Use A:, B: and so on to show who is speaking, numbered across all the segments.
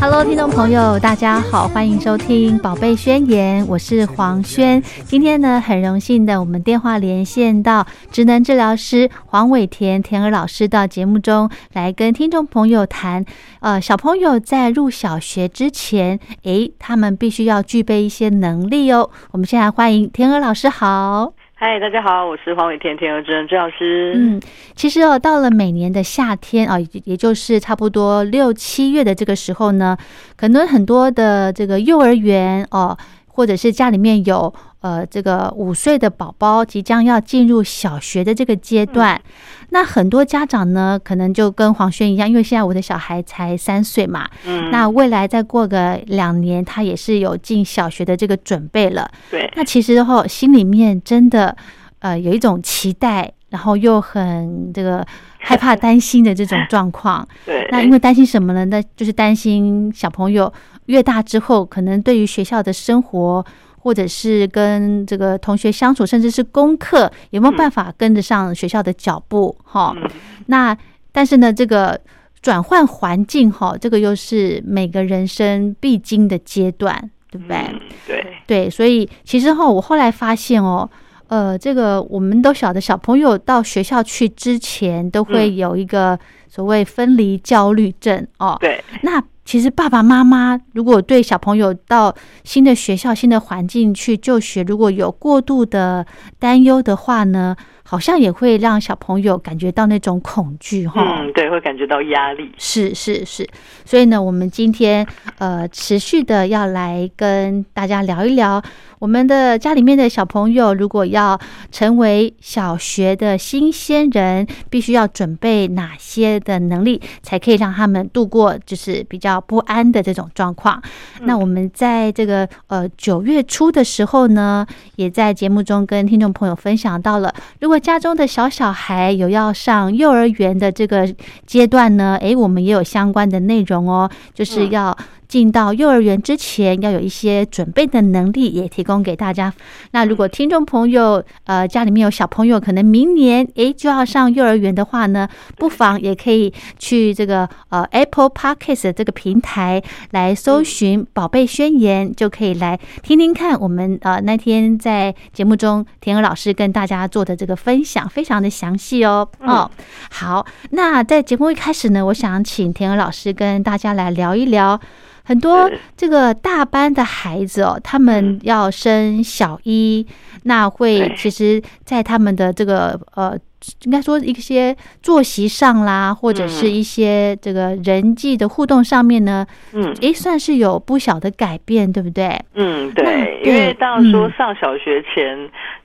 A: Hello，听众朋友，大家好，欢迎收听《宝贝宣言》，我是黄轩。今天呢，很荣幸的，我们电话连线到职能治疗师黄伟田田儿老师到节目中来跟听众朋友谈，呃，小朋友在入小学之前，诶，他们必须要具备一些能力哦。我们先来欢迎田儿老师，好。
B: 嗨，大家好，我是黄伟天天儿真郑老师。
A: 嗯，其实哦，到了每年的夏天啊、也也就是差不多六七月的这个时候呢，可能很多的这个幼儿园哦，或者是家里面有呃这个五岁的宝宝即将要进入小学的这个阶段，那很多家长呢，可能就跟黄轩一样，因为现在我的小孩才三岁嘛，
B: 嗯，
A: 那未来再过个两年，他也是有进小学的这个准备了。
B: 对，
A: 那其实后心里面真的呃有一种期待，然后又很这 个害怕、担心的这种状况。
B: 对，
A: 那因为担心什么呢？那就是担心小朋友越大之后，可能对于学校的生活，或者是跟这个同学相处，甚至是功课，有没有办法跟得上学校的脚步？哈、
B: 嗯
A: 那但是呢，这个转换环境，哈，这个又是每个人生必经的阶段，对不对？
B: 嗯对，
A: 对，所以其实哈，我后来发现哦，呃，这个我们都晓得，小朋友到学校去之前都会
B: 嗯
A: 有一个所谓分离焦虑症哦。
B: 对，
A: 那其实爸爸妈妈如果对小朋友到新的学校、新的环境去就学，如果有过度的担忧的话呢，好像也会让小朋友感觉到那种恐惧哈、
B: 嗯，对，会感觉到压力。
A: 是是是，所以呢，我们今天呃持续的要来跟大家聊一聊，我们的家里面的小朋友如果要成为小学的新鲜人，必须要准备哪些的能力，才可以让他们度过就是比较不安的这种状况。那我们在这个呃九月初的时候呢，也在节目中跟听众朋友分享到了，如果家中的小小孩有要上幼儿园的这个阶段呢，诶，我们也有相关的内容哦，就是要进到幼儿园之前要有一些准备的能力，也提供给大家。那如果听众朋友呃家里面有小朋友，可能明年诶就要上幼儿园的话呢，不妨也可以去这个呃 Apple Podcast 的这个平台来
B: 嗯
A: 搜寻《宝贝宣言》，就可以来听听看我们呃那天在节目中田鹅老师跟大家做的这个分享，非常的详细哦。
B: 嗯
A: 哦，好，那在节目一开始呢，我想请田鹅老师跟大家来聊一聊。很多
B: 是
A: 这个大班的孩子哦，他们
B: 嗯
A: 要升小一，那会
B: 对
A: 其实，在他们的这个呃，应该说一些作息上啦，或者是
B: 嗯
A: 一些这个人际的互动上面呢，
B: 嗯
A: 诶，算是有不小的改变，对不对？
B: 嗯，
A: 那
B: 对
A: 对，
B: 因为到说
A: 嗯
B: 上小学前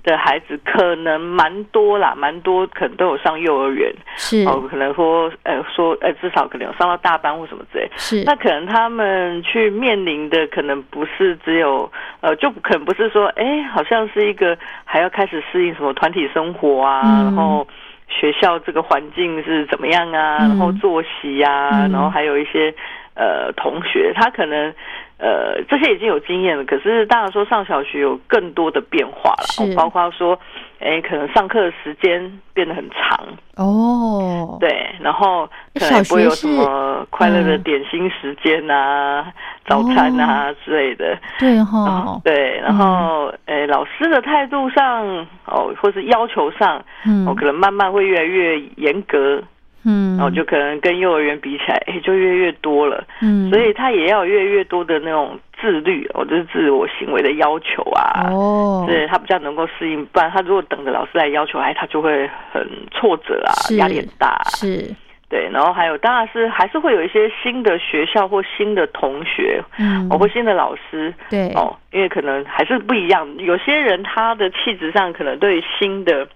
B: 的孩子可能蛮多啦，蛮多可能都有上幼儿园，
A: 是
B: 哦，可能说呃说呃至少可能有上到大班或什么之类。
A: 是
B: 那可能他们去面临的可能不是只有呃，就可能不是说，哎，好像是一个还要开始适应什么团体生活啊，
A: 嗯
B: 然后学校这个环境是怎么样啊，
A: 嗯
B: 然后作息呀、啊，
A: 嗯
B: 然后还有一些呃同学，他可能呃这些已经有经验了，可是当然说上小学有更多的变化了，
A: 是
B: 哦包括说，哎，可能上课的时间变得很长，
A: 哦，
B: 对，然后可能也不会有什么快乐的
A: 嗯
B: 点心时间啊、早餐啊之类的。
A: 对哈、
B: 然后 对，然后
A: 嗯
B: 诶、老师的态度上哦，或是要求上，
A: 嗯
B: 哦，可能慢慢会越来越严格，
A: 嗯，
B: 然哦后就可能跟幼儿园比起来，诶，就越来越多了。
A: 嗯，
B: 所以他也要有越来越多的那种自律，哦，就是自我行为的要求啊。
A: 哦，
B: 对他比较能够适应，不然他如果等着老师来要求，哎，他就会很挫折啊
A: 是，
B: 压力很大啊、
A: 是，
B: 对，然后还有当然是还是会有一些新的学校或新的同学，
A: 嗯，
B: 哦，或新的老师，
A: 对，
B: 哦，因为可能还是不一样。有些人他的气质上可能对新的，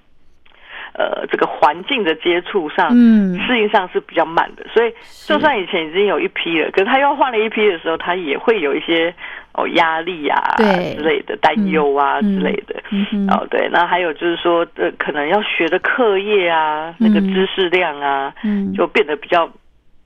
B: 呃，这个环境的接触上，
A: 嗯
B: 适应上是比较慢的。所以，
A: 是
B: 就算以前已经有一批了，可是他又换了一批的时候，他也会有一些哦压力啊
A: 对
B: 之类的担忧啊、
A: 嗯
B: 之类的。
A: 嗯哼，
B: 哦，对，那还有就是说，呃，可能要学的课业啊，那个
A: 嗯
B: 知识量啊，
A: 嗯，
B: 就变得比较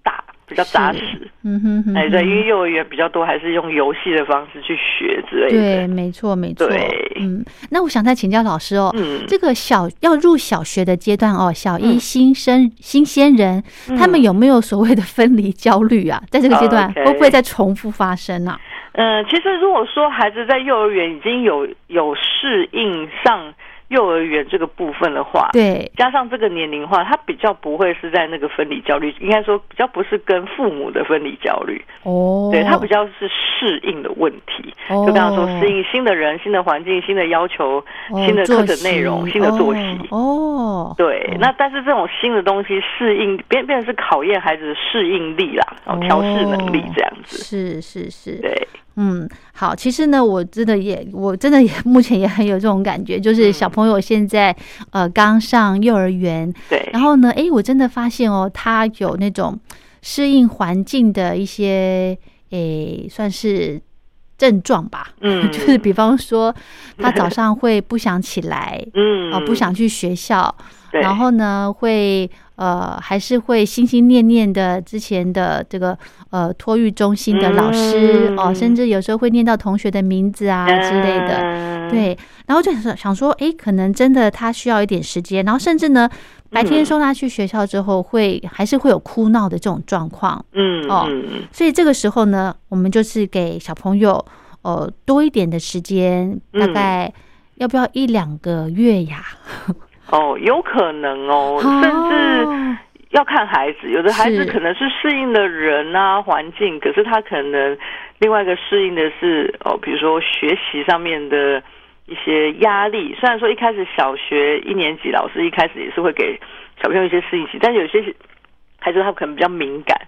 B: 大，比较扎
A: 是
B: 实。
A: 嗯哼哼，
B: 哎，对，因为
A: 哼
B: 幼儿园比较多还是用游戏的方式去学之类
A: 对，
B: 的。
A: 没错，没错
B: 对，
A: 嗯，那我想再请教老师哦，
B: 嗯，
A: 这个小要入小学的阶段哦，小一
B: 嗯
A: 新生、新鲜人，他们有没有所谓的分离焦虑啊？在这个阶段
B: OK
A: 会不会再重复发生啊？
B: 呃，其实如果说孩子在幼儿园已经有有适应上幼儿园这个部分的话，
A: 对，
B: 加上这个年龄的话，他比较不会是在那个分离焦虑，应该说比较不是跟父母的分离焦虑，
A: 哦，
B: 对他比较是适应的问题。
A: 哦
B: 就刚刚说适应新的人、新的环境、新的要求、
A: 哦
B: 新的课
A: 作
B: 程
A: 息
B: 内容、新的作息。
A: 哦，哦
B: 对，那但是这种新的东西适应，变变成是考验孩子的适应力啦，然后调试能力这样子。
A: 哦是是哦是，
B: 对，
A: 嗯，好，其实呢，我真的也，我真的也， 目前也很有这种感觉，
B: 嗯
A: 就是小朋友现在、呃刚上幼儿园，
B: 对，
A: 然后呢，诶，我真的发现哦，他有那种适应环境的一些诶，算是症状吧，
B: 嗯。
A: 就是比方说他早上会不想起来
B: 嗯，
A: 啊、不，想去学校，
B: 对，
A: 然后呢，会呃，还是会心心念念的之前的这个呃托育中心的老师哦、
B: 嗯
A: 甚至有时候会念到同学的名字啊之类的。
B: 的，
A: 对，然后就想想说，诶，可能真的他需要一点时间，然后甚至呢，白天送他去学校之后会，还是会有哭闹的这种状况。
B: 嗯，
A: 哦
B: 嗯，
A: 所以这个时候呢，我们就是给小朋友呃多一点的时间，大
B: 嗯
A: 概要不要一两个月呀？
B: 哦，有可能哦，甚至
A: 哦
B: 要看孩子，有的孩子
A: 是
B: 可能是适应的人啊环境，可是他可能另外一个适应的是哦，比如说学习上面的。一些压力，虽然说一开始小学一年级老师一开始也是会给小朋友一些适应期，但有些孩子他可能比较敏感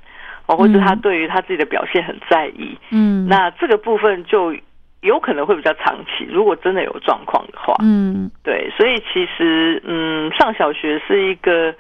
B: 哦，或者他
A: 嗯
B: 对于他自己的表现很在意，
A: 嗯，
B: 那这个部分就有可能会比较长期。如果真的有状况的话，
A: 嗯
B: 对，所以其实嗯，上小学是一个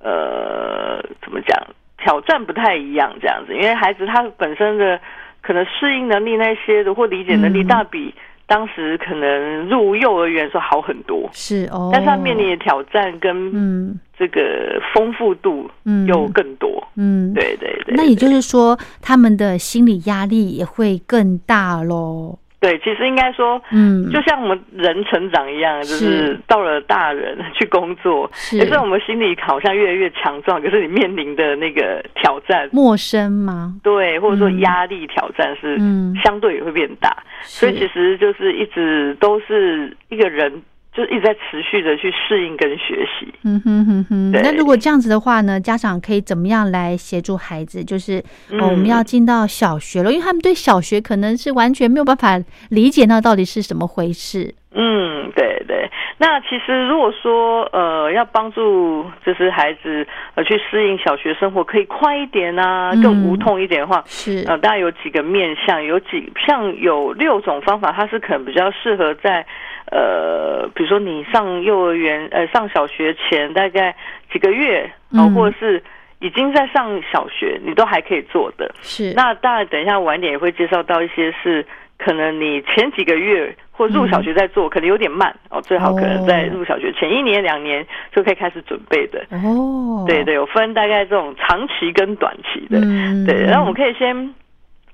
B: 呃，怎么讲，挑战不太一样这样子，因为孩子他本身的可能适应能力那些的或理解能力，
A: 嗯
B: 大比当时可能入幼儿园的时候好很多，
A: 是哦，
B: 但是他面临的挑战跟
A: 嗯
B: 这个丰富度
A: 嗯
B: 又更多。
A: 嗯，
B: 对对对，
A: 那也就是说，他们的心理压力也会更大喽。
B: 对，其实应该说，
A: 嗯，
B: 就像我们人成长一样，就是是到了大人去工作，
A: 是
B: 也是我们心理好像越来越强壮，可是你面临的那个挑战，
A: 陌生吗？
B: 对，或者说
A: 嗯
B: 压力挑战是
A: 嗯
B: 相对也会变大，所
A: 是
B: 以其实就是一直都是一个人，就是一直在持续的去适应跟学习。
A: 嗯哼哼哼，
B: 对
A: 那如果这样子的话呢，家长可以怎么样来协助孩子？就是、
B: 嗯
A: 哦、我们要进到小学了，因为他们对小学可能是完全没有办法理解那到底是怎么回事。
B: 嗯，对对。那其实如果说呃要帮助就是孩子呃去适应小学生活，可以快一点啊，
A: 嗯
B: 更无痛一点的话，
A: 是，
B: 呃，大概有几个面向，有几像有六种方法，它是可能比较适合在呃，比如说你上幼儿园呃上小学前大概几个月，哦、
A: 嗯
B: 或者是已经在上小学，你都还可以做的。
A: 是，
B: 那当然，等一下晚点也会介绍到一些是可能你前几个月或入
A: 嗯
B: 小学在做，可能有点慢哦，最好可能在入小学前一年两年就可以开始准备的。
A: 哦，
B: 对，对，有分大概这种长期跟短期的。
A: 嗯，
B: 对，然后我们可以先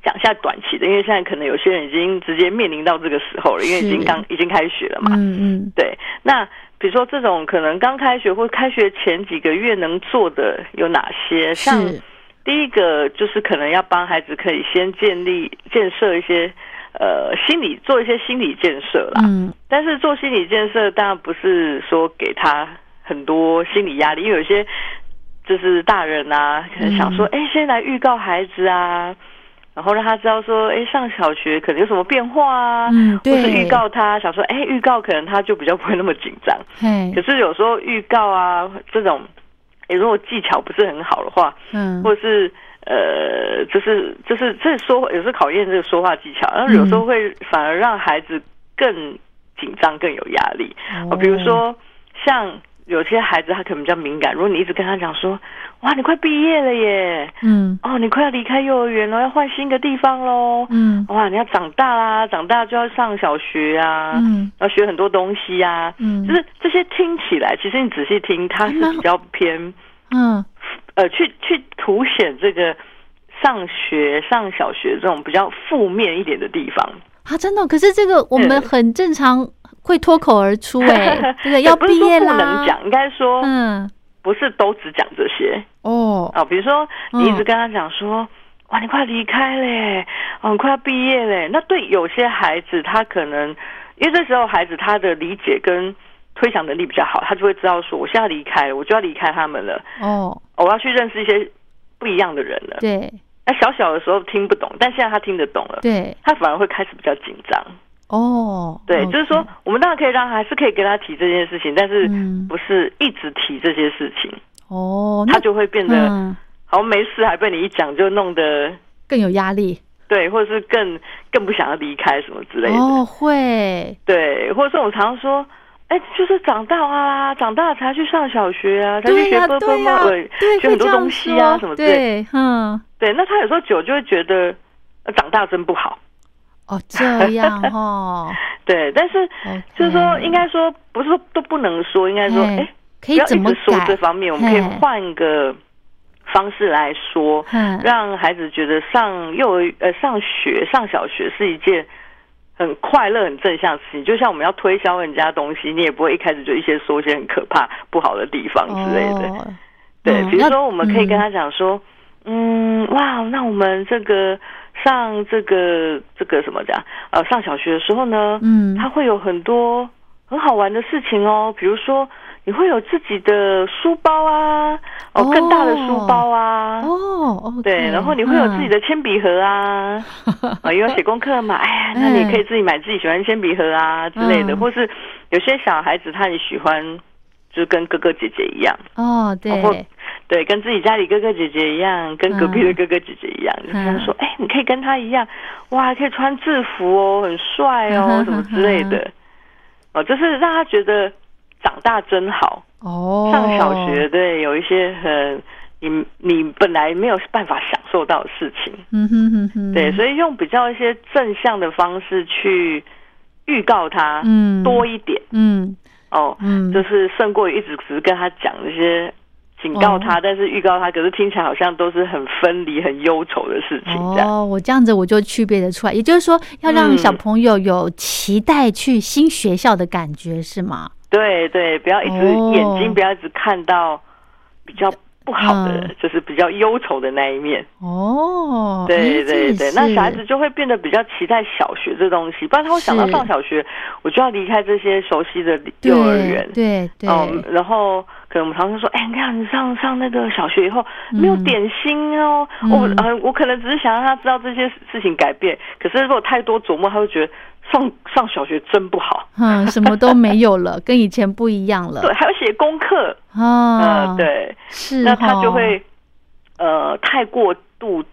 B: 讲一下短期的，因为现在可能有些人已经直接面临到这个时候了，因为已
A: 是
B: 经刚已经开学了嘛。
A: 嗯嗯
B: 对，那比如说这种可能刚开学或开学前几个月能做的有哪些？像
A: 是
B: 第一个就是可能要帮孩子可以先建立建设一些呃心理，做一些心理建设啦。
A: 嗯
B: 但是做心理建设当然不是说给他很多心理压力，因为有些就是大人啊，可
A: 嗯
B: 能想说，哎、先来预告孩子啊，然后让他知道说，哎，上小学可能有什么变化啊，
A: 嗯
B: 或是
A: 对
B: 预告他，想说，哎，预告可能他就比较不会那么紧张。
A: 嘿
B: 可是有时候预告啊这种，哎，如果技巧不是很好的话，
A: 嗯
B: 或是呃，就是就是这说也是考验这个说话技巧，然后有时
A: 嗯
B: 候会反而让孩子更紧张、更有压力。哦，比如说像有些孩子他可能比较敏感，如果你一直跟他讲说，哇，你快毕业了耶，
A: 嗯
B: 哦，你快要离开幼儿园了，要换新的地方喽，
A: 嗯
B: 哇，你要长大啦，长大就要上小学啊，
A: 嗯
B: 要学很多东西呀、啊。
A: 嗯哎
B: 就是这些听起来，其实你仔细听，它是比较偏
A: 嗯
B: 呃，去去凸显这个上学、上小学这种比较负面一点的地方。
A: 啊，真的哦，可是这个我们
B: 嗯
A: 很正常，会脱口而 出哎，对不对？
B: 也
A: 要
B: 不是
A: 毕
B: 说
A: 业
B: 不
A: 啦，
B: 能讲，应该说
A: 嗯
B: 不是都只讲这些
A: 哦，
B: 啊、比如说，你一直
A: 嗯
B: 跟他讲说。哇，你快离开嘞！哦，你快要毕业嘞！那对有些孩子，他可能因为这时候孩子他的理解跟推想能力比较好，他就会知道说，我现在离开了，我就要离开他们了，
A: 哦，
B: 哦我要去认识一些不一样的人了。
A: 对
B: 那小小的时候听不懂，但现在他听得懂了。
A: 对
B: 他反而会开始比较紧张。
A: 哦，
B: 对
A: OK
B: 就是说，我们当然可以让他，还是可以跟他提这件事情，但是
A: 嗯
B: 不是一直提这些事情，
A: 哦，那
B: 他就会变得、
A: 嗯
B: 好像没事，还被你一讲就弄得
A: 更有压力
B: 对，或者是更更不想要离开什么之类的。
A: 哦，会
B: 对，或者是我常常说。哎，就是长大啊，长大了才去上小学啊，才去
A: 对
B: 学
A: 呀
B: 波波
A: 对呀
B: 猫，呃
A: 对，
B: 学
A: 会这
B: 很多
A: 样
B: 东西啊，
A: 说
B: 什么之类的。
A: 对，嗯。
B: 对，那他有时候久就会觉得，呃长大真不好。
A: 哦，这样 哦，
B: 对，但是
A: OK
B: 就是说，应该说不是说都不能说，应该说，
A: 哦嘿
B: 哎，
A: 可以
B: 不要
A: 怎
B: 一
A: 么
B: 直说
A: 改
B: 这方面，我们可以
A: 嘿
B: 换个方式来说，
A: 嗯
B: 让孩子觉得上幼儿呃上学上小学是一件很快乐、很正向的事情。就像我们要推销人家东西，你也不会一开始就一些说一些很可怕、不好的地方之类的。
A: 哦
B: 对，
A: 嗯
B: 比如
A: 要
B: 说我们可以跟
A: 嗯
B: 他讲说，嗯，哇，那我们这个上这个这个什么讲，呃，上小学的时候呢，
A: 嗯
B: 他会有很多很好玩的事情哦，比如说你会有自己的书包啊，哦，更大的书包啊。
A: 哦，OK，嗯
B: 对，然后你会有自己的铅笔盒啊，啊、因为要写功课嘛，哎呀，那你也可以自己买自己喜欢的铅笔盒啊之类的，
A: 嗯
B: 或是有些小孩子他也喜欢，就是跟哥哥姐姐一样，
A: 嗯哦，
B: 然后
A: 对，
B: 对，跟自己家里哥哥姐姐一样，跟隔
A: 嗯
B: 壁的哥哥姐姐一样，就跟他说，哎、你可以跟他一样，哇，可以穿制服哦，很帅
A: 嗯
B: 哦，什么之类的，哦，就是让他觉得长大真好，
A: 哦，
B: 上小学，对，有一些很你你本来没有办法享受到的事情，
A: 嗯哼哼哼，
B: 对，所以用比较一些正向的方式去预告他，
A: 嗯
B: 多一点
A: 嗯
B: 哦，
A: 嗯，
B: 就是胜过于一直只是跟他讲那些警告他，
A: 哦
B: 但是预告他，可是听起来好像都是很分离、很忧愁的事情，这样、
A: 哦，我这样子我就区别得出来，也就是说，要让
B: 嗯
A: 小朋友有期待去新学校的感觉，是吗？
B: 对对，不要一直、
A: 哦
B: 眼睛不要一直看到比较不好的，
A: 嗯
B: 就是比较忧愁的那一面。
A: 哦，
B: 对
A: 哎
B: 对对，那小孩子，
A: 这也是
B: 就会变得比较期待小学这东西，不然他会想到
A: 是
B: 上小学，我就要离开这些熟悉的
A: 对
B: 幼儿园。
A: 对对，
B: 哦，然后可能我们常常说，哎，你看你上上那个小学以后没有点心哦，
A: 嗯
B: 我、
A: 嗯
B: 呃我可能只是想让他知道这些事情改变，可是如果太多琢磨，他会觉得上上小学真不好。
A: 嗯，什么都没有 了，跟以前不一样了
B: 对，还有写功课，
A: 啊，
B: 呃，，对，
A: 是，哦
B: 那他就。会呃太过度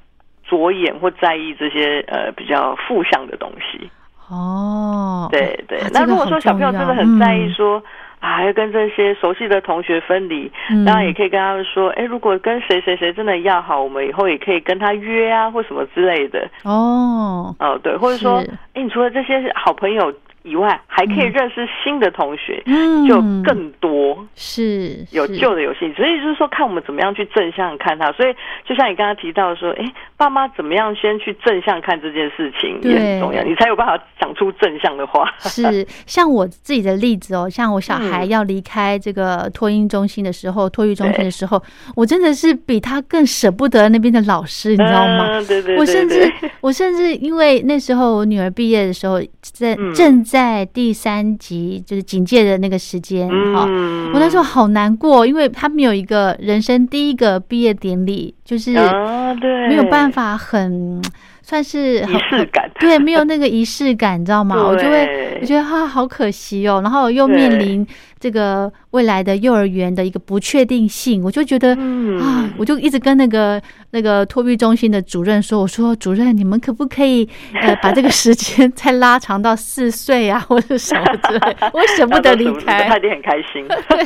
B: 着眼或在意这些呃比较负向的东西。
A: 哦，
B: 对对
A: 啊，
B: 那
A: 这个
B: 如果
A: 好
B: 说小朋友
A: 重要
B: 真的很在意
A: 嗯
B: 说、啊，要跟这些熟悉的同学分离，
A: 嗯
B: 当然也可以跟他们说，哎，如果跟谁谁谁真的要好，我们以后也可以跟他约啊，或什么之类的。
A: 哦，
B: 哦，对，或者说
A: 是，
B: 哎，你除了这些好朋友以外，还可以认识新的同学，
A: 嗯
B: 就更多。
A: 是
B: 有
A: 是
B: 旧的有新，所以就是说，看我们怎么样去正向看它。所以就像你刚刚提到说，哎，爸妈怎么样先去正向看这件事情也
A: 对
B: 很重要，你才有办法讲出正向的话。
A: 是像我自己的例子哦，像我小孩
B: 嗯
A: 要离开这个托婴中心的时候，托育中心
B: 对
A: 的时候，我真的是比他更舍不得那边的老师，你知道吗？
B: 嗯对对对
A: 我甚至
B: 对
A: 我甚至因为那时候我女儿毕业的时候，在
B: 嗯
A: 正在第三级就是警戒的那个时间哈、
B: 嗯
A: 我那时候好难过，因为他们有一个人生第一个毕业典礼，就是
B: 啊，对，
A: 没有办法很算是很，
B: 仪式 感
A: 对，没有那个仪式感，你知道吗？我就会
B: 对
A: 我觉得啊，好可惜哦。然后又
B: 对
A: 面临这个未来的幼儿园的一个不确定性，我就觉得、
B: 嗯
A: 啊，我就一直跟那个那个托育中心的主任说，我说主任，你们可不可以 呃把这个时间再拉长到四岁啊，或者什么之类的，我舍不
B: 他
A: 得
B: 都
A: 离
B: 舍不
A: 开
B: 他一，定很开 心。
A: 对，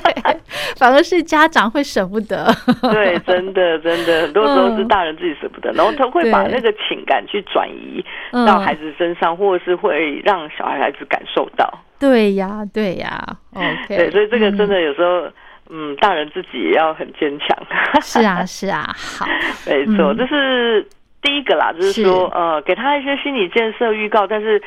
A: 反而是家长会舍不 得。
B: 对，真的真的，很多时候是
A: 嗯
B: 大人自己舍不得，然后他会把
A: 对
B: 那个情感去转移
A: 嗯
B: 到孩子身上，或者是会让小孩孩子感受到。
A: 对呀，对呀，OK。
B: 对，所以这个真
A: 嗯
B: 的有时候，嗯，大人自己也要很坚强。
A: 是啊，是啊，好，
B: 没错，
A: 嗯
B: 这是第一个啦，就是说呃，给他一些心理建设预告，但是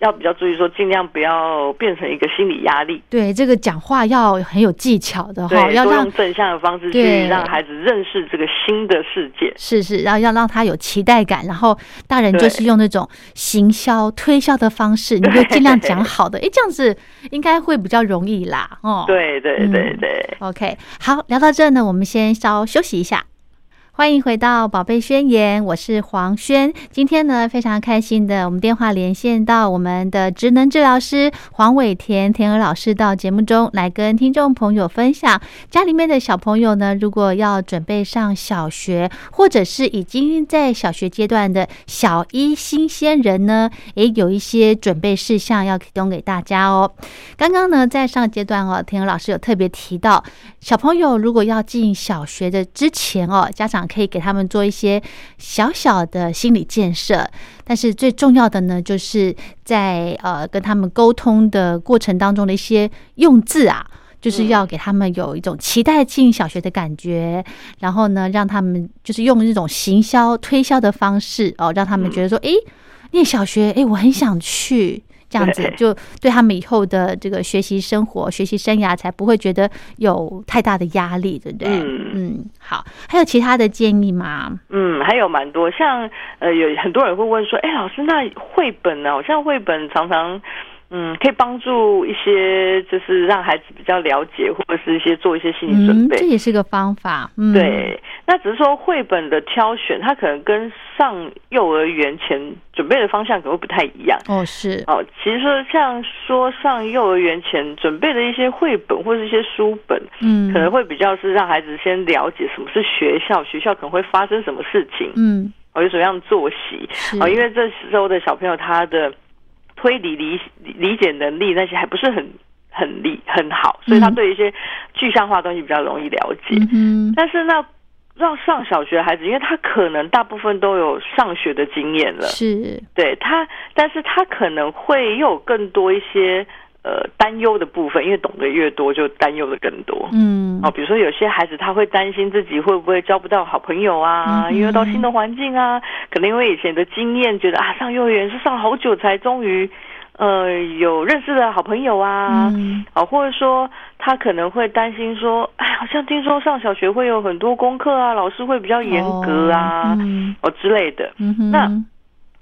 B: 要比较注意说，尽量不要变成一个心理压力。
A: 对这个讲话要很有技巧的哈，
B: 对，
A: 哦要
B: 多
A: 让
B: 用正向的方式
A: 对哦
B: 去让孩子认识这个新的世界。
A: 是是，然后要让他有期待感，然后大人就是用那种行销推销的方式，你就尽量讲好的，诶，这样子应该会比较容易啦，哦，。
B: 对对对
A: 嗯
B: 对。
A: OK，好，聊到这呢，我们先稍休息一下。欢迎回到《宝贝宣言》，我是黄轩。今天呢，非常开心的，我们电话连线到我们的职能治疗师黄伟田田儿老师到节目中来跟听众朋友分享，家里面的小朋友呢，如果要准备上小学，或者是已经在小学阶段的小一新鲜人呢，也有一些准备事项要提供给大家哦。刚刚呢，在上阶段哦，田儿老师有特别提到，小朋友如果要进小学的之前哦，家长可以给他们做一些小小的心理建设，但是最重要的呢，就是在呃跟他们沟通的过程当中的一些用字啊。就是
B: 嗯
A: 要给他们有一种期待进小学的感觉，然后呢，让他们就是用这种行销推销的方式哦，让他们觉得
B: 嗯
A: 说，诶，念小学，诶，我很想 去，这样子
B: 对
A: 就对他们以后的这个学习生活、学习生涯才不会觉得有太大的压力，对不对？
B: 嗯
A: 好，还有其他的建议吗？
B: 嗯，还有蛮多，像呃，有很多人会问说，哎，老师，那绘本呢？好像绘本常常，嗯，可以帮助一些，就是让孩子比较了解，或者是一些做一些心理准
A: 嗯，
B: 备。
A: 这也是个方法。嗯，，
B: 对，那只是说绘本的挑选，它可能跟上幼儿园前准备的方向可能会不太一样。
A: 哦，是，
B: 哦，其实说像说上幼儿园前准备的一些绘本或是一些书本，
A: 嗯，
B: 可能会比较是让孩子先了解什么是学校，学校可能会发生什么事情。
A: 嗯，
B: 哦，有什么样的作息
A: 是，
B: 哦，因为这时候的小朋友他的推理理理解能力那些还不是很很理很好，所以他
A: 嗯
B: 对一些具象化的东西比较容易了解。
A: 嗯
B: 但是那让上小学的孩子，因为他可能大部分都有上学的经验了
A: 哼，，是，
B: 对他，但是他可能会又有更多一些呃担忧的部分，因为懂得越多，就担忧的更多。
A: 嗯，
B: 哦，比如说有些孩子他会担心自己会不会交不到好朋友
A: 嗯
B: 啊，
A: 哼
B: 因为到新的环境啊，可能因为以前的经验，觉得啊上幼儿园是上好久才终于，呃有认识的好朋友啊，
A: 嗯，
B: 啊，或者说他可能会担心说，哎，好像听说上小学会有很多功课啊，老师会比较严格啊，
A: 哦嗯
B: 哦之类的，
A: 嗯哼，
B: 那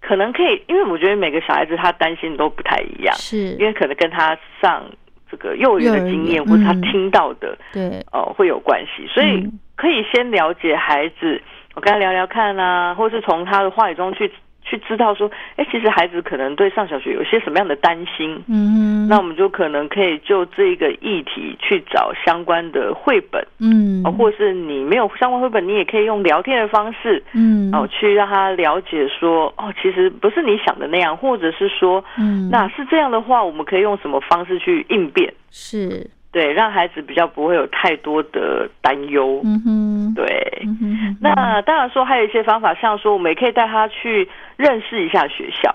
B: 可能可以，因为我觉得每个小孩子他担心的都不太一样，
A: 是
B: 因，为可能跟他上这个幼儿园
A: 幼儿
B: 的经验
A: 园
B: 或者他
A: 嗯
B: 听到的。
A: 对，
B: 哦会有关系，所以
A: 嗯
B: 可以先了解孩子，我跟他聊聊看啊，或是从他的话语中去去知道说，哎，其实孩子可能对上小学有些什么样的担心，
A: 嗯哼，
B: 那我们就可能可以就这个议题去找相关的绘本，
A: 嗯，
B: 哦，或是你没有相关绘本，你也可以用聊天的方式。
A: 嗯，
B: 哦，去让他了解说，哦，其实不是你想的那样，或者是说，
A: 嗯，
B: 那是这样的话，我们可以用什么方式去应变？
A: 是，
B: 对，让孩子比较不会有太多的担忧。
A: 嗯哼，
B: 对，
A: 嗯哼，
B: 那当然说还有一些方法，像说我们也可以带他去认识一下学校，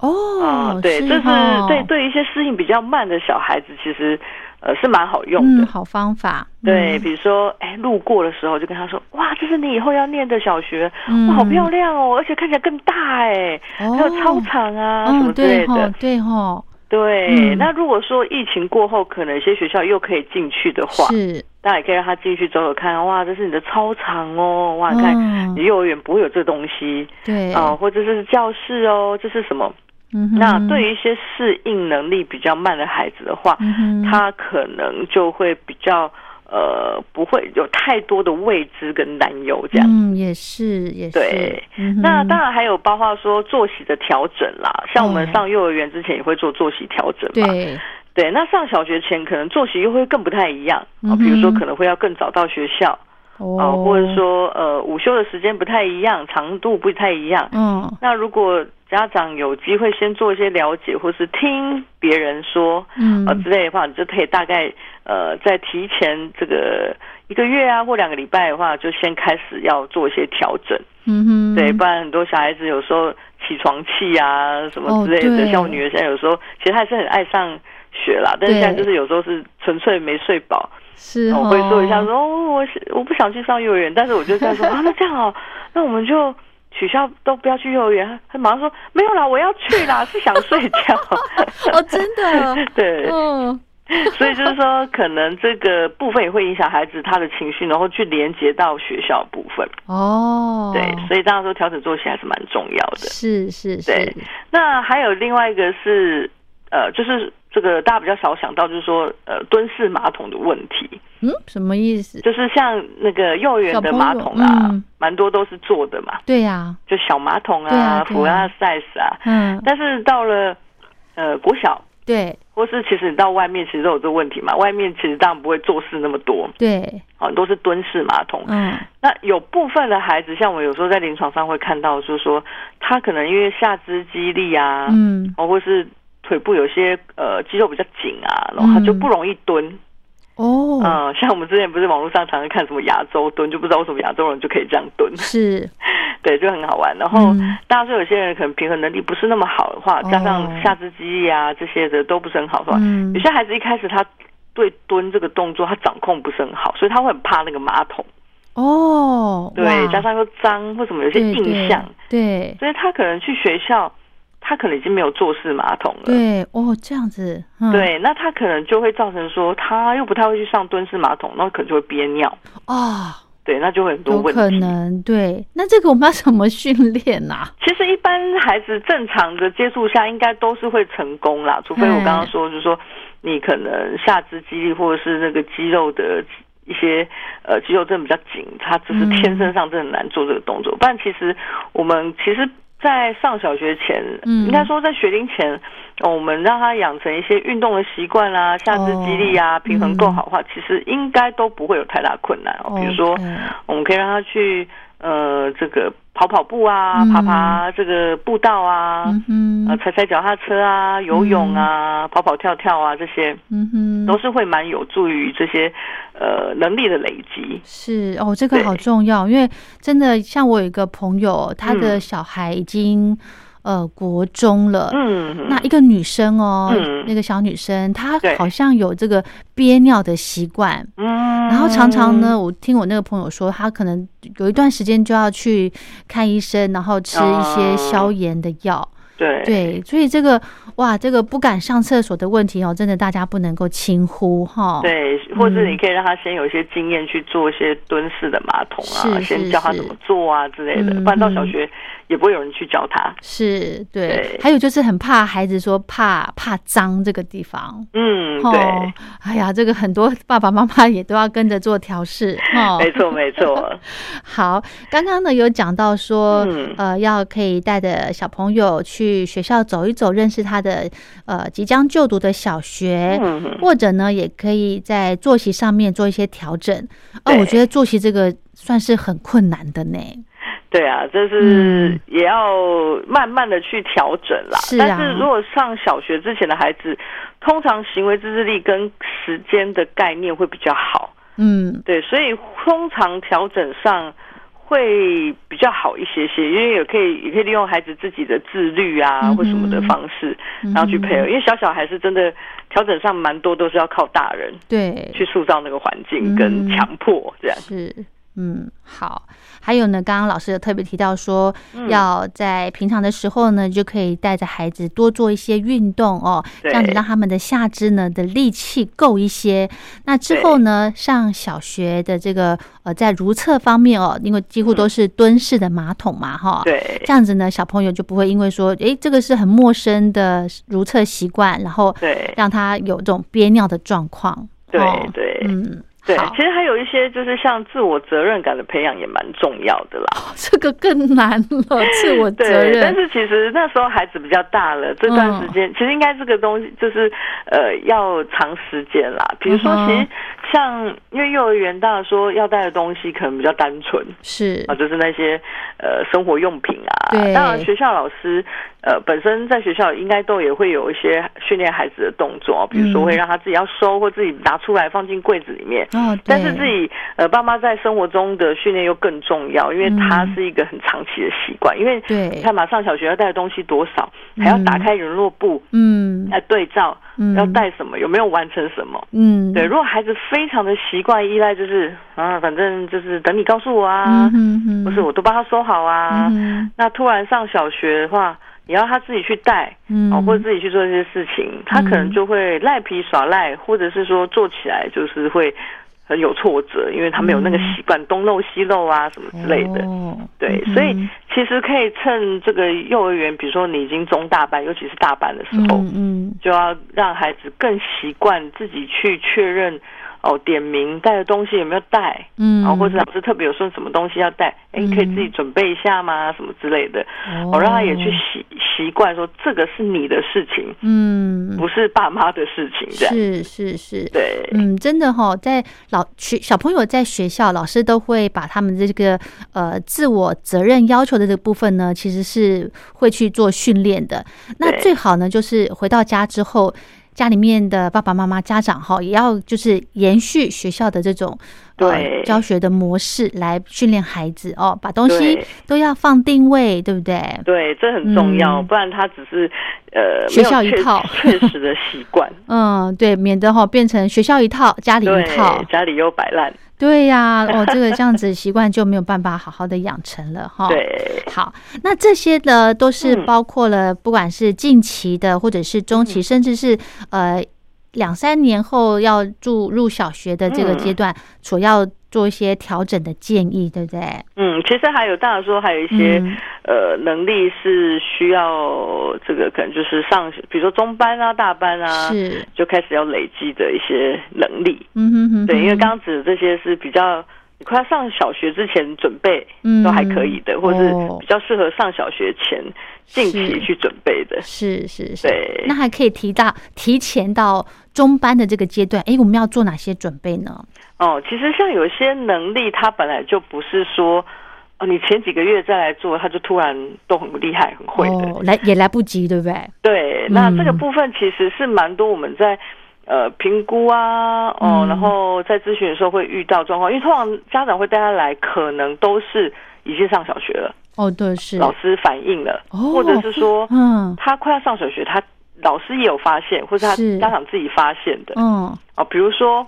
B: 啊
A: 哦，
B: 对，这
A: 哦
B: 是对对于一些适应比较慢的小孩子，其实呃是蛮好用的
A: 嗯，。好方法，
B: 对，
A: 嗯
B: 比如说，哎，路过的时候就跟他说，哇，这是你以后要念的小学，
A: 嗯
B: 哇，好漂亮哦，而且看起来更大哎，还有操场啊、什
A: 哦，
B: 么
A: 嗯，
B: 之
A: 对
B: 类的
A: 吼，。对吼，
B: 对，
A: 嗯
B: 那如果说疫情过后，可能有些学校又可以进去的话，
A: 是，
B: 那也可以让他进去走走看，哇，这是你的操场哦，哇，你看
A: 嗯
B: 你幼儿园不会有这东西
A: 对，
B: 哦，或者这是教室哦，这是什么？
A: 嗯哼，
B: 那对于一些适应能力比较慢的孩子的话，
A: 嗯哼
B: 他可能就会比较呃不会有太多的未知跟担忧这样。
A: 嗯，也是，也是，
B: 对
A: 嗯哼，
B: 那当然还有包括说作息的调整啦，像我们
A: 哦
B: 上幼儿园之前也会做作息调整嘛。
A: 对，
B: 对，那上小学前可能作息又会更不太一样
A: 嗯
B: 啊，
A: 哼
B: 比如说可能会要更早到学校啊，
A: 哦，
B: 或者，说呃午休的时间不太一样，长度不太一样。
A: 嗯
B: 那如果家长有机会先做一些了解，或是听别人说，
A: 嗯
B: 呃之类的话，你就可以大概呃在提前这个一个月啊或两个礼拜的话，就先开始要做一些调整，
A: 嗯哼，
B: 对，不然很多小孩子有时候起床气啊什么
A: 哦
B: 之类的，
A: 对
B: 像我女儿现在有时候其实她还是很爱上学啦，但是
A: 对
B: 现在就是有时候是纯粹没睡饱，
A: 是哦，
B: 我会说一下说，哦，我是我不想去上幼儿园，但是我 就在说啊，那这样哦，那我们就取消都不要去幼儿园。他马上说没有啦，我要去啦，是想睡 觉。
A: 哦，真 的，
B: 对，
A: 嗯，
B: 所以就是说，可能这个部分也会影响孩子他的情绪，然后去连接到学校部分。
A: 哦，
B: 对，所以当然说调整作息还是蛮重要的。
A: 是是是
B: 对，那还有另外一个是，呃，就是这个大家比较少想到，就是说，呃，蹲式马桶的问题。
A: 嗯，什么意思？
B: 就是像那个幼儿园的马桶
A: 小朋友
B: 啊
A: 嗯，
B: 蛮、多都是坐的嘛，
A: 对呀，
B: 就小马桶
A: 对
B: 啊
A: 啊，对啊
B: 俯卧 size 啊。
A: 嗯，
B: 但是到了呃国小，
A: 对
B: 或是其实你到外面，其实都有这个问题嘛。外面其实当然不会坐式那么多，
A: 对，
B: 啊，都是蹲式马桶。
A: 嗯，
B: 那有部分的孩子，像我有时候在临床上会看到，就是说他可能因为下肢肌力啊，
A: 嗯，
B: 哦，或是腿部有些呃肌肉比较紧啊，然
A: 嗯
B: 后他就不容易蹲。
A: 哦，
B: 嗯，像我们之前不是网络上常常看什么亚洲蹲，就不知道为什么亚洲人就可以这样蹲，
A: 是，
B: 对，就很好玩。然后
A: 嗯
B: 当然说有些人可能平衡能力不是那么好的话，
A: 哦
B: 加上下肢肌力啊这些的都不是很好的话，
A: 嗯
B: 有，些孩子一开始他对蹲这个动作他掌控不是很好，所以他会很怕那个马桶，
A: 哦，
B: 对
A: 哇，
B: 加上又脏或什么有些
A: 对
B: 印
A: 对
B: 象，
A: 对
B: 所以他可能去学校，他可能已经没有坐式马桶了。
A: 对，哦，这样子，嗯，
B: 对，那他可能就会造成说，他又不太会去上蹲式马桶，那可能就会憋尿，
A: 哦，
B: 对，那就会很多
A: 有
B: 问题。
A: 可能，对，那这个我们要怎么训练啊呐？
B: 其实一般孩子正常的接触下，应该都是会成功啦，除非我刚刚说，就是说你可能下肢肌力或者是那个肌肉的一些呃肌肉真的比较紧，他就是天生上真的难做这个动作。不然其实我们其实。在上小学前，
A: 嗯
B: 应该说在学龄前、哦我们让他养成一些运动的习惯啊，下肢肌力啊，
A: 哦
B: 平衡够好的话，其实应该都不会有太大困难哦。比如说
A: OK
B: 我们可以让他去呃这个跑跑步啊，
A: 嗯
B: 爬爬这个步道啊，
A: 嗯
B: 呃
A: 哼，
B: 踩踩脚踏车啊，游泳啊，跑跑跳跳啊，这些
A: 嗯哼，
B: 都是会蛮有助于这些呃能力的累积。
A: 是哦，这个
B: 对
A: 好重要，因为真的像我有一个朋友，她的
B: 嗯
A: 小孩已经、呃国中了。
B: 嗯，
A: 那一个女生哦，
B: 嗯
A: 那个小女生，她
B: 对
A: 好像有这个憋尿的习惯，
B: 嗯，
A: 然后常常呢，我听我那个朋友说，她可能有一段时间就要去看医生，然后吃一些
B: 哦
A: 消炎的药。
B: 对
A: 对，所以这个哇，这个不敢上厕所的问题哦，真的大家不能够轻忽哈。，
B: 对，或者
A: 嗯
B: 你可以让他先有一些经验去做一些蹲式的马桶啊，
A: 是是
B: 先教他怎么做啊之类的，
A: 嗯
B: 不然到小学也不会有人去教他。
A: 是对。
B: 对
A: 还有就是很怕孩子说怕怕脏这个地方。
B: 嗯，对。
A: 哦，哎呀，这个很多爸爸妈妈也都要跟着做调试哦。
B: 没错，没错，
A: 好，刚刚呢有讲到说，
B: 嗯
A: 呃，要可以带着小朋友去学校走一走，认识他的呃即将就读的小学，
B: 嗯
A: 或者呢也可以在作息上面做一些调整。哦，
B: 对
A: 我觉得作息这个算是很困难的呢。
B: 对啊，这是
A: 嗯
B: 也要慢慢的去调整啦。
A: 是啊
B: 但是如果上小学之前的孩子，通常行为自制力跟时间的概念会比较好，
A: 嗯，
B: 对，所以通常调整上会比较好一些些，因为也可以也可以利用孩子自己的自律啊
A: 嗯哼
B: 或什么的方式，然
A: 嗯
B: 后去配合。因为小小孩是真的调整上蛮多都是要靠大人
A: 对，
B: 去塑造那个环境
A: 嗯
B: 跟强迫这样。
A: 是，嗯，好。还有呢，刚刚老师有特别提到说，
B: 嗯
A: 要在平常的时候呢，就可以带着孩子多做一些运动哦，这
B: 对
A: 样子让他们的下肢呢的力气够一些。那之后呢，上小学的这个呃，在如厕方面哦，因为几乎都是蹲式的马桶嘛，哈、
B: 嗯对
A: 这样子呢，小朋友就不会因为说，诶，这个是很陌生的如厕习惯，然后
B: 对
A: 让他有这种憋尿的状况。
B: 对
A: 哦
B: 对
A: 嗯，
B: 对
A: 好，
B: 其实还有一些就是像自我责任感的培养也蛮重要的啦。
A: 这个更难了，自我哦责
B: 对，但
A: 任。嗯
B: 是其实那时候孩子比较大了，这段时间、其实应该这个东西就是呃要长时间啦。比如说
A: 嗯，哼
B: 其实像、因为幼儿园大家说要带的东西可能比较单纯
A: 是
B: 啊，就是那些呃生活用品啊。
A: 对
B: 当然学校老师呃本身在学校应该都也会有一些训练孩子的动作，比如说
A: 嗯
B: 会让他自己要收或自己拿出来放进柜子里面。
A: 哦，
B: 但
A: 对，
B: 是自己呃，爸妈在生活中的训练又更重要，因为它是一个很长期的习惯。因为
A: 嗯对
B: 你看嘛，上小学要带的东西多少，还要打开联络簿
A: 嗯
B: 来对照，
A: 嗯，
B: 要带什么，有没有完成什么。
A: 嗯，
B: 对，如果孩子非常的习惯依赖，就是啊，反正就是等你告诉我啊
A: 嗯，哼哼，
B: 不是我都帮他收好啊。
A: 嗯
B: 那突然上小学的话，你要他自己去带，
A: 哼
B: 哦，
A: 嗯，
B: 或者自己去做这些事情，他可能就会赖皮耍赖，或者是说做起来就是会很有挫折，因为他没有那个习惯，东漏西漏啊什么之类的。
A: 嗯哦
B: 对，
A: 嗯
B: 所以其实可以趁这个幼儿园，比如说你已经中大班，尤其是大班的时候，
A: 嗯嗯
B: 就要让孩子更习惯自己去确认哦，点名带的东西有没有带。
A: 嗯，
B: 然哦后或者老师特别有说什么东西要带，哎，你可以自己准备一下吗？什么之类的，哦，让他也去习习惯说这个是你的事情，
A: 嗯，
B: 不是爸妈的事情，这样
A: 是是是，
B: 对。
A: 嗯，真的哈、在老学小朋友在学校，老师都会把他们这个呃自我责任要求的这个部分呢，其实是会去做训练的。那
B: 对
A: 最好呢，就是回到家之后，家里面的爸爸妈妈、家长哈，也要就是延续学校的这种呃
B: 对
A: 教学的模式来训练孩子哦，把东西
B: 对
A: 都要放定位，对不对？
B: 对，这很重要，
A: 嗯
B: 不然他只是呃
A: 学校
B: 没有
A: 一
B: 确
A: 套
B: 确实的习惯，
A: 嗯，对，免得哈、变成学校一套， 家里一套
B: 对，，家里又摆烂，
A: 对 呀、哦，这个这样子习惯就没有办法好好的养成了哈。。
B: 对
A: 好，那这些呢都是
B: 嗯
A: 包括了，不管是近期的，或者是中期，甚至是呃两三年后要注入小学的这个
B: 嗯
A: 阶段，所要做一些调整的建议，对不对？
B: 嗯，其实还有当然说还有一些、
A: 嗯
B: 呃能力是需要这个可能就是上比如说中班啊、大班啊，
A: 是，
B: 就开始要累积的一些能力，
A: 嗯哼哼，
B: 对，因为
A: 哼
B: 刚刚指的这些是比较你快要上小学之前准备
A: 嗯
B: 都还可以的，或是
A: 哦
B: 比较适合上小学前近期
A: 是
B: 去准备的。
A: 是是是，
B: 对
A: 那还可以提到提前到中班的这个阶段，诶，我们要做哪些准备呢？
B: 哦，其实像有些能力，它本来就不是说哦，你前几个月再来做，它就突然都很厉害、很会的。
A: 哦，来也来不及，对不对？
B: 对，那
A: 嗯
B: 这个部分其实是蛮多我们在。呃，评估啊，哦，
A: 嗯
B: 然后在咨询的时候会遇到状况，因为通常家长会带他来，可能都是已经上小学了，
A: 哦，对，是，
B: 老师反映了，
A: 哦
B: 或者是说，
A: 嗯
B: 他快要上小学，他老师也有发现，或是他
A: 是
B: 家长自己发现的
A: 嗯
B: 哦。比如说，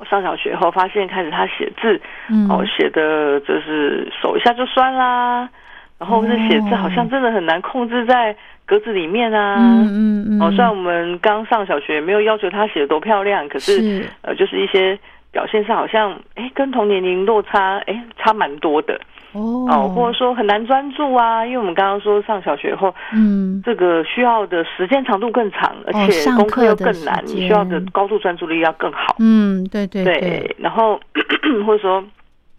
B: 我上小学后发现开始他写字，
A: 嗯，
B: 哦，写的就是手一下就酸啦，然后是写字
A: 哦
B: 好像真的很难控制在格子里面啊。
A: 嗯嗯嗯，
B: 哦，虽然我们刚上小学，没有要求他写的多漂亮，可是
A: 嗯是
B: 呃，就是一些表现上好像哎，跟同年龄落差哎差蛮多的
A: 哦
B: 哦，或者说很难专注啊，因为我们刚刚说上小学后
A: 嗯
B: 这个需要的时间长度更长，而且
A: 哦上
B: 功课又
A: 课的
B: 更难，
A: 时
B: 你需要的
A: 间
B: 高度专注力要更好。
A: 嗯，对对
B: 对，然后 或者说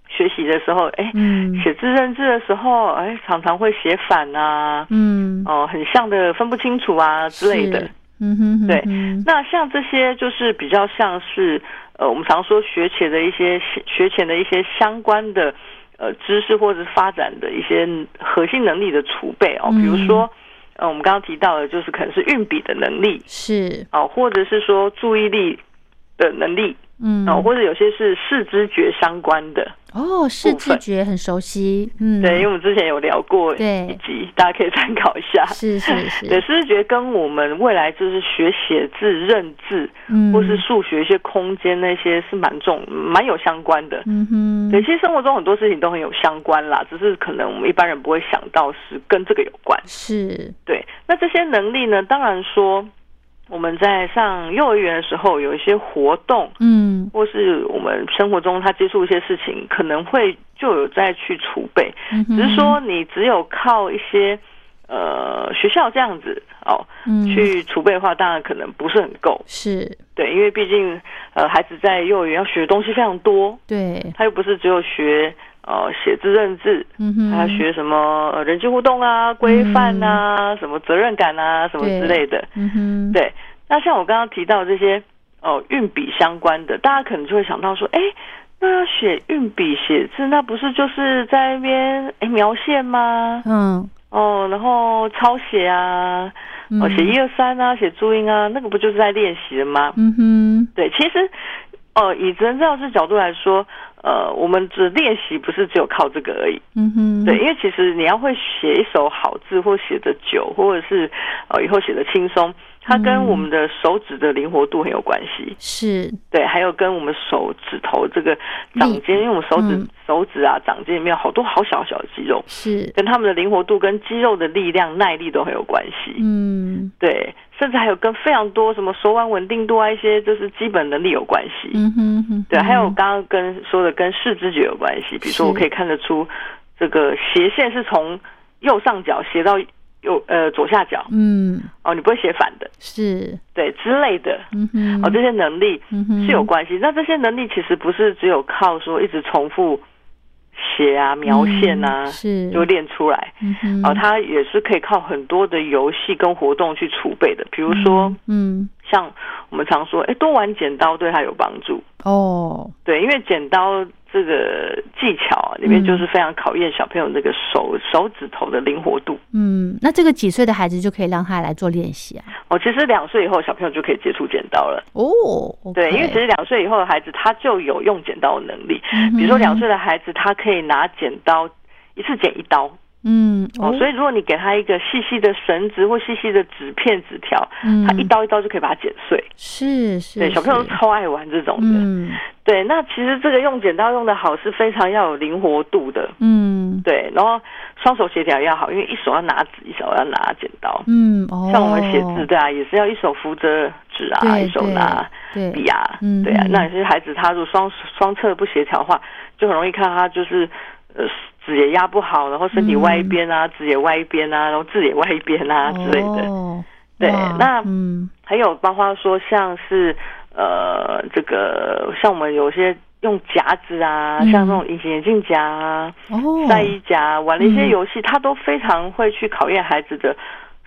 B: 学习的时候，哎，
A: 嗯
B: 写字认字的时候，哎，常常会写反啊，
A: 嗯
B: 哦、很像的分不清楚啊之类的
A: 是。嗯哼哼，
B: 对
A: 嗯
B: 那像这些就是比较像是呃，我们常说学前的一些学前的一些相关的呃知识或者是发展的一些核心能力的储备哦，
A: 嗯
B: 比如说呃，我们刚刚提到的就是可能是运笔的能力
A: 是
B: 哦，或者是说注意力的能力
A: 嗯，
B: 哦，或者有些是视知觉相关的，
A: 哦，视
B: 部
A: 知
B: 分
A: 觉很熟悉，嗯，
B: 对，因为我们之前有聊过
A: 对
B: 一集，大家可以参考一下。
A: 是是
B: 对，
A: 是，
B: 视觉跟我们未来就是学写字、认字，
A: 嗯，
B: 或是数学一些空间那些是蛮重、蛮有相关的。
A: 嗯哼，
B: 对，其实生活中很多事情都很有相关啦，只是可能我们一般人不会想到是跟这个有关。
A: 是，
B: 对，那这些能力呢，当然说我们在上幼儿园的时候有一些活动，
A: 嗯
B: 或是我们生活中他接触一些事情，可能会就有再去储备。
A: 嗯哼，
B: 只是说你只有靠一些呃学校这样子哦
A: 嗯
B: 去储备的话，当然可能不是很够。
A: 是，
B: 对，因为毕竟呃孩子在幼儿园要学的东西非常多，
A: 对，
B: 他又不是只有学呃写字认字，
A: 嗯哼，
B: 还要学什么、呃、人际互动啊、规范啊、什么责任感啊、什么之类的。
A: 嗯哼，
B: 对，那像我刚刚提到这些哦运笔相关的，大家可能就会想到说，哎，那写运笔写字，那不是就是在那边哎描线吗？
A: 嗯，
B: 哦，然后抄写啊，哦
A: 嗯
B: 写一二三啊，写注音啊，那个不就是在练习了吗？
A: 嗯哼，
B: 对，其实，呃，以职能治疗师角度来说，呃，我们只练习不是只有靠这个而已。
A: 嗯哼，
B: 对，因为其实你要会写一手好字，或写的久，或者是呃以后写的轻松，它跟我们
A: 嗯
B: 的手指的灵活度很有关系。
A: 是，
B: 对，还有跟我们手指头这个掌间，因为我们手指、
A: 嗯
B: 手指啊掌间里面有好多好小小的肌肉，
A: 是，
B: 跟他们的灵活度、跟肌肉的力量、耐力都很有关系。
A: 嗯
B: 对，甚至还有跟非常多什么手腕稳定度啊一些就是基本能力有关系。
A: 嗯哼哼，
B: 对，还有
A: 嗯
B: 刚刚跟说的跟视知觉有关系，比如说我
A: 是
B: 可以看得出这个斜线是从右上角斜到右呃左下角
A: 嗯
B: 哦，你不会写反的，
A: 是，
B: 对之类的
A: 嗯哼，
B: 哦，这些能力
A: 嗯哼
B: 是有关系。那这些能力其实不是只有靠说一直重复写啊、描线啊
A: 嗯是，
B: 就练出来
A: 嗯哼，
B: 哦，它也是可以靠很多的游戏跟活动去储备的，比如说
A: 嗯
B: 像我们常说，哎，多玩剪刀对他有帮助。
A: 哦，
B: 对，因为剪刀这个技巧啊，
A: 嗯
B: 里面就是非常考验小朋友这个手手指头的灵活度。
A: 嗯，那这个几岁的孩子就可以让他来做练习啊？
B: 哦，其实两岁以后小朋友就可以接触剪刀了。
A: 哦，OK，
B: 对，因为其实两岁以后的孩子他就有用剪刀的能力。
A: 嗯
B: 比如说两岁的孩子，他可以拿剪刀一次剪一刀
A: 嗯
B: 哦，所以如果你给他一个细细的绳子或细细的纸片、纸条，他一
A: 嗯
B: 刀一刀就可以把它剪碎。
A: 是是，
B: 对，小朋友
A: 是
B: 都超爱玩这种的。
A: 嗯
B: 对，那其实这个用剪刀用的好是非常要有灵活度的。
A: 嗯
B: 对，然后双手协调要好，因为一手要拿纸，一手要拿剪刀。
A: 嗯哦，
B: 像我们写字，对啊，也是要一手扶着纸啊，
A: 对
B: 一手拿
A: 对
B: 笔啊，
A: 嗯
B: 对啊。
A: 嗯
B: 那有些孩子他如果双双侧不协调的话，就很容易看到他就是呃纸也压不好，然后身体歪一边啊，纸也歪一边啊，然后字也歪一边啊之类的。
A: 嗯哦
B: 对
A: 哇
B: 那
A: 嗯
B: 还有包括说像是呃这个像我们有些用夹子啊，
A: 嗯
B: 像那种隐形眼镜夹啊。
A: 哦，
B: 晒衣夹，玩了一
A: 嗯
B: 些游戏，他都非常会去考验孩子的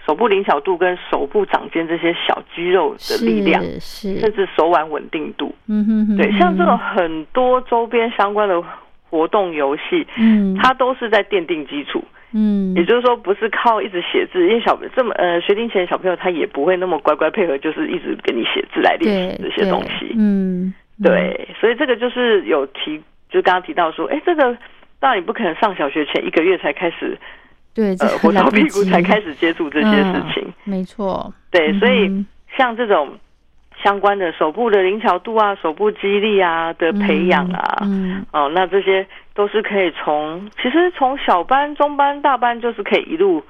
B: 手部灵巧度跟手部掌间这些小肌肉的力量，
A: 是
B: 甚
A: 是，
B: 至手腕稳定度。
A: 嗯哼哼，
B: 对，像这种
A: 种，
B: 很多周边相关的活动游戏，
A: 嗯，
B: 它都是在奠定基础。
A: 嗯
B: 也就是说，不是靠一直写字，因为小这么呃学龄前的小朋友他也不会那么乖乖配合，就是一直给你写字来练
A: 对
B: 习这些东西
A: 对。嗯
B: 对，所以这个就是有提，就刚刚提到说，哎，这个当然你不可能上小学前一个月才开始，
A: 对，这
B: 呃，
A: 很
B: 活
A: 来
B: 到
A: 不
B: 屁股
A: 及
B: 才开始接触这些事情。
A: 嗯没错，
B: 对，所以
A: 嗯
B: 像这种相关的手部的灵巧度啊、手部肌力啊的培养啊，
A: 嗯
B: 哦，那这些都是可以从，其实从小班、中班、大班就是可以一路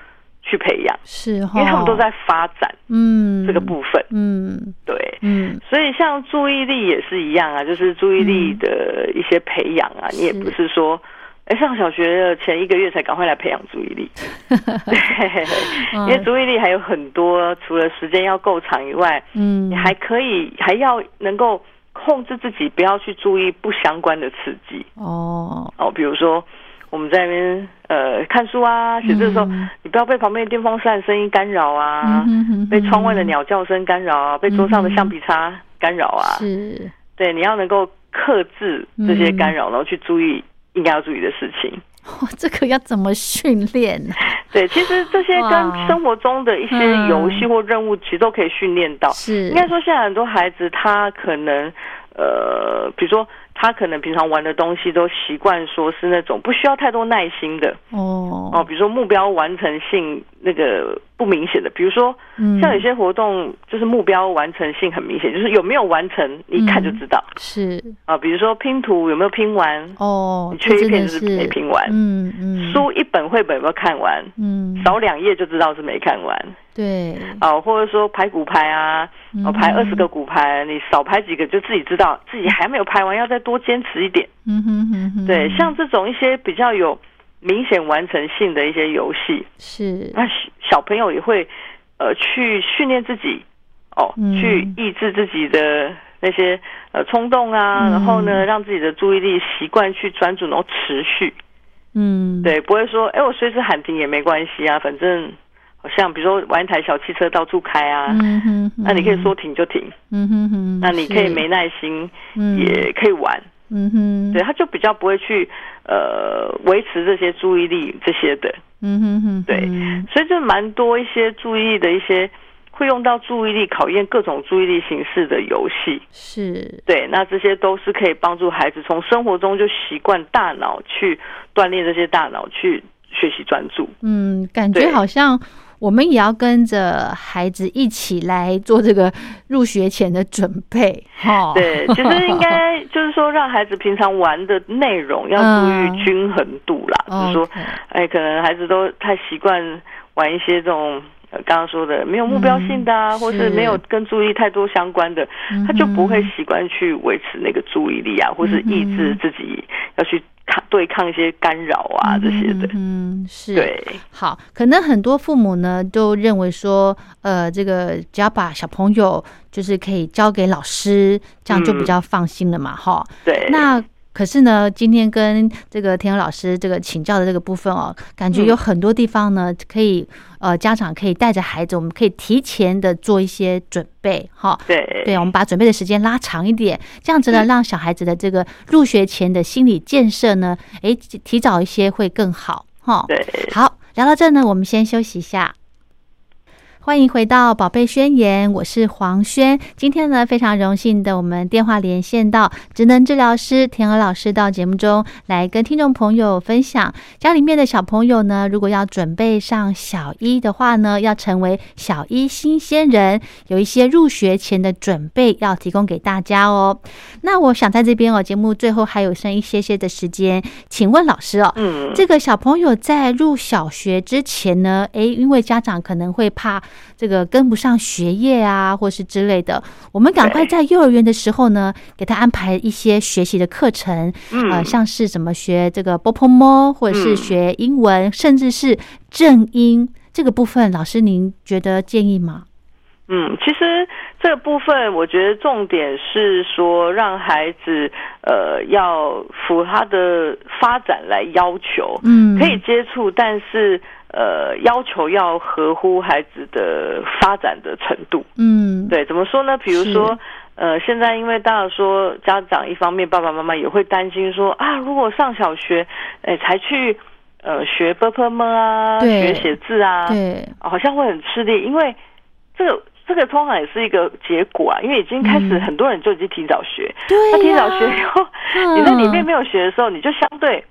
B: 去培养，
A: 是哈，
B: 因为他们都在发展
A: 哦嗯
B: 这个部分。
A: 嗯
B: 对，
A: 嗯
B: 所以像注意力也是一样啊，就是注意力的一些培养啊，你也不是说。哎，上小学的前一个月才赶快来培养注意 力，对，
A: 嗯
B: 因为注意力还有很多，除了时间要够长以外，
A: 嗯
B: 你还可以还要能够控制自己，不要去注意不相关的刺激
A: 哦
B: 哦，比如说我们在那边呃看书啊、写字的时候，
A: 嗯
B: 你不要被旁边的电风扇声音干扰啊，
A: 嗯哼哼
B: 被窗外的
A: 哼
B: 鸟叫声干扰啊，被桌上的橡皮擦干扰啊，
A: 是
B: 对，你要能够克制这些干扰，然后去注意应该要注意的事情。
A: 哇，这个要怎么训练啊呢？
B: 对，其实这些
A: 哇
B: 跟生活中的一些
A: 嗯
B: 游戏或任务，其实都可以训练到。
A: 是
B: 应该说，现在很多孩子他可能。呃，比如说他可能平常玩的东西都习惯说是那种不需要太多耐心的
A: 哦
B: 哦，比如说目标完成性那个不明显的，比如说
A: 嗯
B: 像有些活动就是目标完成性很明显，就是有没有完成你一看就知道
A: 是
B: 啊、比如说拼图有没有拼完，
A: 嗯哦
B: 你，缺
A: 这
B: 一
A: 真
B: 片
A: 的
B: 就是没
A: 是
B: 拼完，
A: 嗯嗯，
B: 书一本绘本有没有看完，
A: 嗯
B: 少两页就知道是没看完
A: 对
B: 啊、或者说排骨牌啊，
A: 嗯
B: 哦，排二十个骨牌，你少排几个就自己知道自己还没有排完，要再多坚持一点。
A: 嗯哼哼哼，
B: 对，像这种一些比较有明显完成性的一些游戏，
A: 是
B: 那小小朋友也会呃去训练自己哦，
A: 嗯
B: 去抑制自己的那些呃冲动啊，
A: 嗯
B: 然后呢，让自己的注意力习惯去专注，然后持续。
A: 嗯
B: 对，不会说哎，我随时喊停也没关系啊，反正好像比如说玩一台小汽车到处开啊，
A: 嗯哼哼，
B: 那你可以说停就停，
A: 嗯哼哼，
B: 那你可以
A: 是
B: 没耐心
A: 嗯
B: 也可以玩。
A: 嗯哼
B: 对，他就比较不会去呃维持这些注意力这些的，
A: 嗯哼哼
B: 对
A: 哼
B: 所以就蛮多一些注意力的一些会用到注意力考验各种注意力形式的游戏。
A: 是
B: 对，那这些都是可以帮助孩子从生活中就习惯大脑去锻炼这些大脑去学习专注。
A: 嗯，感觉
B: 对
A: 好像我们也要跟着孩子一起来做这个入学前的准备哈。
B: 对，其实应该就是说让孩子平常玩的内容要注
A: 嗯
B: 意均衡度啦，就是说
A: OK 嗯
B: 哎，可能孩子都太习惯玩一些这种呃刚刚说的没有目标性的啊，
A: 嗯
B: 或
A: 是
B: 是没有跟注意太多相关的，
A: 嗯哼
B: 他就不会习惯去维持那个注意力啊，或是抑制自己要去抗对抗一些干扰啊这些的。
A: 嗯，是
B: 对，
A: 好，可能很多父母呢都认为说，呃，这个只要把小朋友就是可以交给老师，这样就比
B: 嗯
A: 较放心了嘛，哈、
B: 对，
A: 那可是呢，今天跟这个田勇老师这个请教的这个部分哦，感
B: 嗯
A: 觉有很多地方呢，可以呃，家长可以带着孩子，我们可以提前的做一些准备哈。
B: 对
A: 对，我们把准备的时间拉长一 点，这样子呢，让小孩子的这个入学前的心理建设呢，诶，提早一些会更好哈。
B: 对，
A: 好，聊到这呢，我们先休息一下。欢迎回到《宝贝宣言》，我是黄轩。今天呢，非常荣幸的，我们电话连线到职能治疗师田娥老师到节目中来跟听众朋友分享，家里面的小朋友呢，如果要准备上小一的话呢，要成为小一新鲜人，有一些入学前的准备要提供给大家哦。那我想在这边哦，节目最后还有剩一些些的时间，请问老师哦，
B: 嗯，
A: 这个小朋友在入小学之前呢，诶，因为家长可能会怕这个跟不上学业啊，或是之类的，我们赶快在幼儿园的时候呢，给他安排一些学习的课程，
B: 嗯
A: 呃，像是怎么学这个 b o p o m o 或者是
B: 嗯
A: 学英文，甚至是正音这个部分，老师您觉得建议吗？
B: 嗯，其实这部分我觉得重点是说让孩子呃要符合他的发展来要求，
A: 嗯，
B: 可以，接触，但是呃要求要合乎孩子的发展的程度。
A: 嗯，，
B: 对，怎么说呢？比如
A: 是
B: 说。呃，现在因为当然说家长一方面爸爸妈妈也会担心说啊，如果上小学，哎才去呃学 b p m 啊，
A: 对
B: 学写字啊，
A: 对，
B: 好像会很吃力，因为这个这个通常也是一个结果啊，因为已经开始
A: 嗯
B: 很多人就已经提早学，
A: 对、
B: 那、
A: 呀
B: 提早学以后，
A: 嗯
B: 你在里面没有学的时候，你就相对。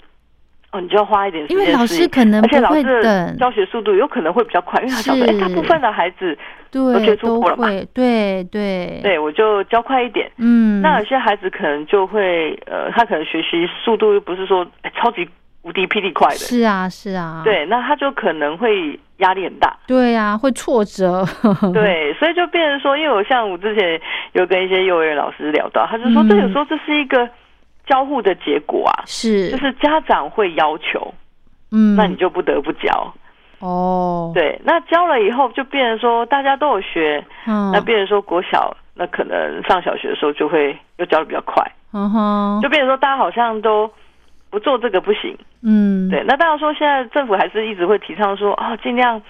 B: 哦，你就要花一点时
A: 因
B: 间适
A: 为
B: 应，
A: 老师可能
B: 而且
A: 不
B: 老
A: 会
B: 师的
A: 等
B: 教学速度有可能会比较快，因为他想说，哎，
A: 是
B: 大部分的孩子，都
A: 对
B: 接触
A: 都
B: 过了嘛
A: 会，对对，
B: 对我就教快一点。
A: 嗯，
B: 那有些孩子可能就会，呃，他可能学习速度又不是说、哎超级无敌霹雳快的，
A: 是啊，是啊，
B: 对，那他就可能会压力很大。
A: 对啊，会挫折。
B: 对，啊所以就变成说，因为我像我之前有跟一些幼儿园老师聊到，他就说，
A: 嗯
B: 这有时候这是一个交互的结果啊，
A: 是，
B: 就是家长会要求，
A: 嗯，
B: 那你就不得不教。
A: 哦，，
B: 对，那教了以后就变成说大家都有学，
A: 嗯，
B: 那变成说国小，那可能上小学的时候就会又教的比较快，
A: 嗯哼，
B: 就变成说大家好像都。不做这个不行，
A: 嗯，
B: 对。那当然说，现在政府还是一直会提倡说，哦，尽量，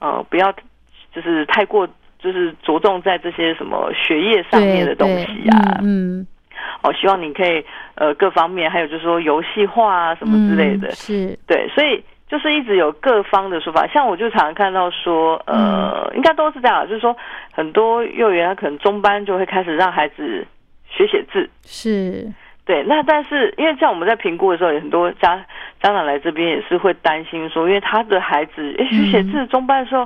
B: 呃，不要，就是太过，就是着重在这些什么学业上面的东西
A: 对
B: 啊，
A: 嗯，嗯
B: 哦，希望你可以呃各方面，还有就是说游戏化啊什么之类的，
A: 嗯是，
B: 对，所以就是一直有各方的说法。像我就常常看到说，
A: 嗯
B: 啊呃，应该都是这样，就是说很多幼儿园他可能中班就会开始让孩子学写字。
A: 是，
B: 对，那但是因为像我们在评估的时候，有很多家家长来这边也是会担心说，因为他的孩子也许写字中班的时候，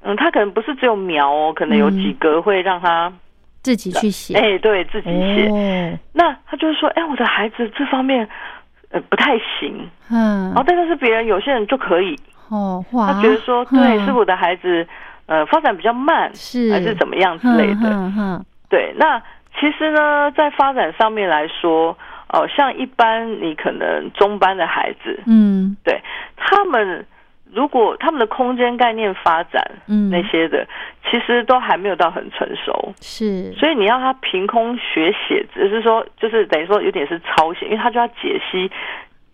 B: 嗯他可能不是只有描哦，可能有几格会让他
A: 自己去嗯写。
B: 哎、对自己写。
A: 哦，
B: 那他就会说，哎，我的孩子这方面呃不太行，
A: 嗯
B: 然后，但是是别人有些人就可以，
A: 哦，哇，
B: 哦他觉得说，对，是我的孩子呃发展比较慢，
A: 是嗯
B: 还是怎么样之类的。
A: 哼哼
B: 对，那其实呢，在发展上面来说，哦、像一般你可能中班的孩子，
A: 嗯
B: 对他们如果他们的空间概念发展
A: 嗯，
B: 那些的，其实都还没有到很成熟，
A: 是，
B: 所以你要他凭空学写，只是说就是等于说有点是抄写，因为他就要解析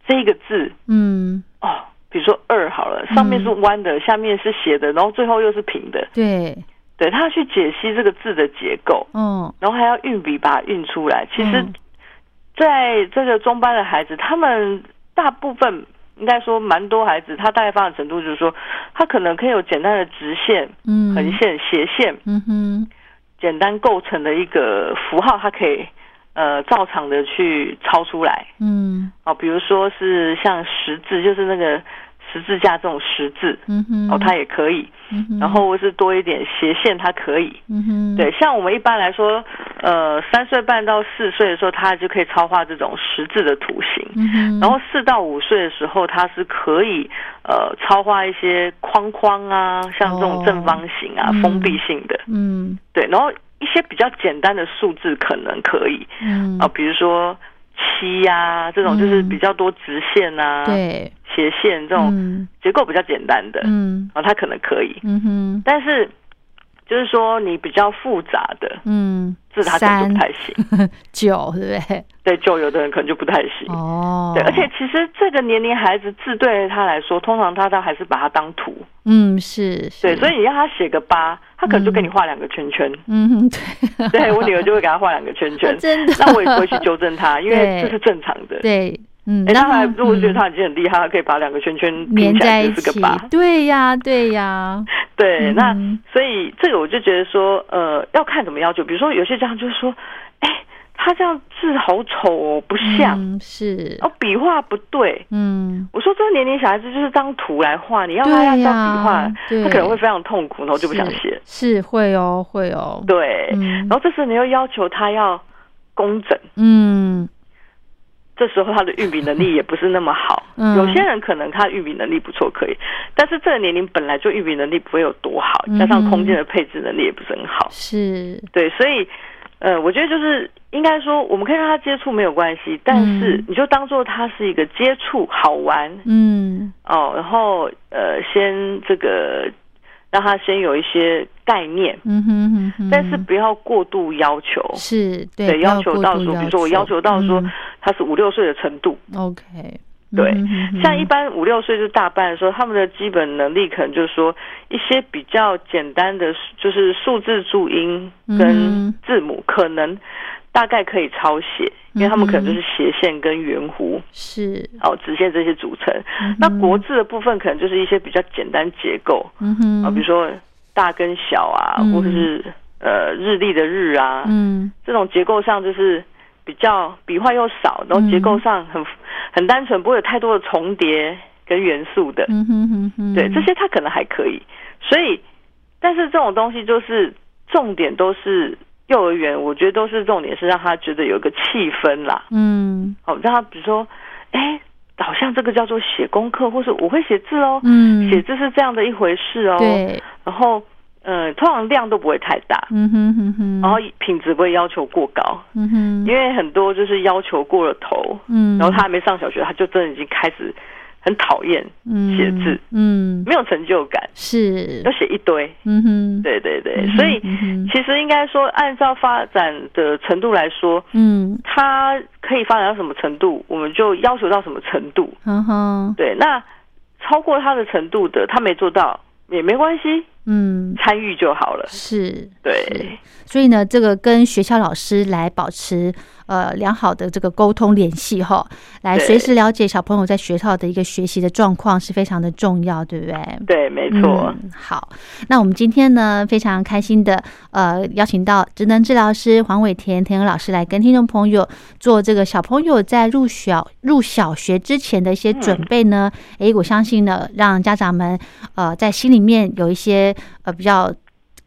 B: 这一个字
A: 嗯，
B: 哦。比如说二好了，上面是弯的，下面是斜的，然后最后又是平的。
A: 对，
B: 对，他要去解析这个字的结构，
A: 嗯，
B: 然后还要运笔把它运出来。其实
A: 嗯，
B: 在这个中班的孩子，他们大部分应该说蛮多孩子，他大概发展程度就是说，他可能可以有简单的直线、
A: 嗯，
B: 横线、斜线，
A: 嗯哼，
B: 简单构成的一个符号，它可以呃照常的去抄出来
A: 嗯
B: 哦。比如说是像十字，就是那个十字架这种十字
A: 嗯哼，
B: 哦，它也可以。
A: 嗯哼，
B: 然后是多一点斜线，它可以。
A: 嗯哼，
B: 对，像我们一般来说，呃，三岁半到四岁的时候，他就可以超画这种十字的图形。
A: 嗯哼，
B: 然后四到五岁的时候，他是可以呃超画一些框框啊，像这种正方形啊、
A: 哦嗯
B: 封闭性的，
A: 嗯
B: 对。然后一些比较简单的数字可能可以
A: 嗯
B: 啊、比如说七呀、这种就是
A: 嗯
B: 比较多直线啊、
A: 对，
B: 斜线这种
A: 嗯
B: 结构比较简单的，
A: 嗯
B: 啊，他可能可以。
A: 嗯哼，
B: 但是就是说你比较复杂的，
A: 嗯，
B: 字他可能就
A: 三
B: 不太行。
A: 九，对不对？
B: 对，就有的人可能就不太行。
A: 哦，
B: 对，而且其实这个年龄孩子字对他来说，通常他都还是把它当图。
A: 嗯是，
B: 对，所
A: 以
B: 以你让他写个八，他可能就给你画两个圈圈。
A: 嗯哼对，
B: 对我女儿就会给他画两个圈 圈，
A: 真的
B: 那我也不会去纠正他，因为
A: 对
B: 这是正常的。
A: 对，嗯，
B: 哎，
A: 然
B: 他还
A: 后
B: 如果觉得
A: 嗯
B: 他已经很厉害，他可以把两个圈圈
A: 粘
B: 拼起
A: 在
B: 来
A: 一
B: 就是
A: 起
B: 个八。，
A: 对呀对呀，
B: 对，
A: 嗯
B: 那所以这个我就觉得说，呃，要看怎么要求。比如说有些家长就说，哎，他这样字好丑哦，不 像，
A: 嗯是，
B: 哦，笔画不对。
A: 嗯
B: 我说这个年龄小孩子就是当图来画，你要他要
A: 对
B: 照
A: 呀
B: 笔画，
A: 对
B: 他可能会非常痛苦，然后就不想
A: 是
B: 写。
A: 是会哦会哦，
B: 对，
A: 嗯
B: 然后这时候你又要求他要工整，
A: 嗯
B: 这时候他的运笔能力也不是那么好。
A: 嗯
B: 有些人可能他运笔能力不错，可以，但是这个年龄本来就运笔能力不会有多好，加上空间的配置能力也不是很好。
A: 嗯是，
B: 对，所以，呃，我觉得就是应该说，我们可以让他接触没有关系，但是
A: 嗯
B: 你就当做他是一个接触好玩，
A: 嗯
B: 哦，然后呃，先这个让他先有一些概念，
A: 嗯哼哼哼，
B: 但是不要过度要求。
A: 是对
B: 对，
A: 不
B: 要
A: 要
B: 求
A: 过
B: 到
A: 度
B: 说，比
A: 要
B: 如说我要求到说
A: 嗯
B: 他是五六岁的程度，
A: OK，
B: 对
A: 嗯哼哼
B: 像一
A: 哼
B: 般五六岁就是大班的时候，他们的基本能力可能就是说一些比较简单的，就是数字注音跟
A: 嗯
B: 字母，可能大概可以抄写，
A: 嗯
B: 因为他们可能就是斜线跟圆弧、
A: 是，
B: 哦直线这些组成。那国字的部分可能就是一些比较简单结构，
A: 嗯哼，
B: 啊，比如说大跟小啊，
A: 嗯
B: 或者是呃日历的日啊，
A: 嗯
B: 这种结构上就是比较笔画又少，然后结构上
A: 嗯
B: 很、很单纯，不会有太多的重叠跟元素的。
A: 嗯哼哼哼，
B: 对，这些它可能还可以。所以，但是这种东西就是重点都是幼儿园，我觉得都是重点是让他觉得有一个气氛啦。
A: 嗯
B: 哦，让他比如说，哎，好像这个叫做写功课，或是我会写字哦，
A: 嗯
B: 写字是这样的一回事哦。
A: 对，
B: 然后呃，通常量都不会太大，
A: 嗯哼哼哼，
B: 然后品质不会要求过高，
A: 嗯哼，
B: 因为很多就是要求过了头，
A: 嗯，
B: 然后他还没上小学，他就真的已经开始很讨厌，写字
A: 嗯，嗯
B: 没有成就感，
A: 是
B: 要，写一堆。
A: 嗯哼，
B: 对对对
A: 嗯，哼
B: 所以
A: 嗯哼
B: 其实应该说，按照发展的程度来说，
A: 嗯，
B: 它可以发展到什么程度，我们就要求到什么程度。
A: 嗯哼哼，
B: 对，那超过他的程度的，他没做到也没关系，
A: 嗯，
B: 参与就好了。
A: 是，是
B: 对，
A: 所以呢，这个跟学校老师来保持呃良好的这个沟通联系哈，来
B: 对
A: 随时了解小朋友在学校的一个学习的状况是非常的重要，对不对？
B: 对，没错。
A: 嗯。好，那我们今天呢非常开心的呃邀请到职能治疗师黄伟田田友老师来跟听众朋友做这个小朋友在入小入小学之前的一些准备呢。诶，我相信呢，让家长们呃在心里面有一些呃比较。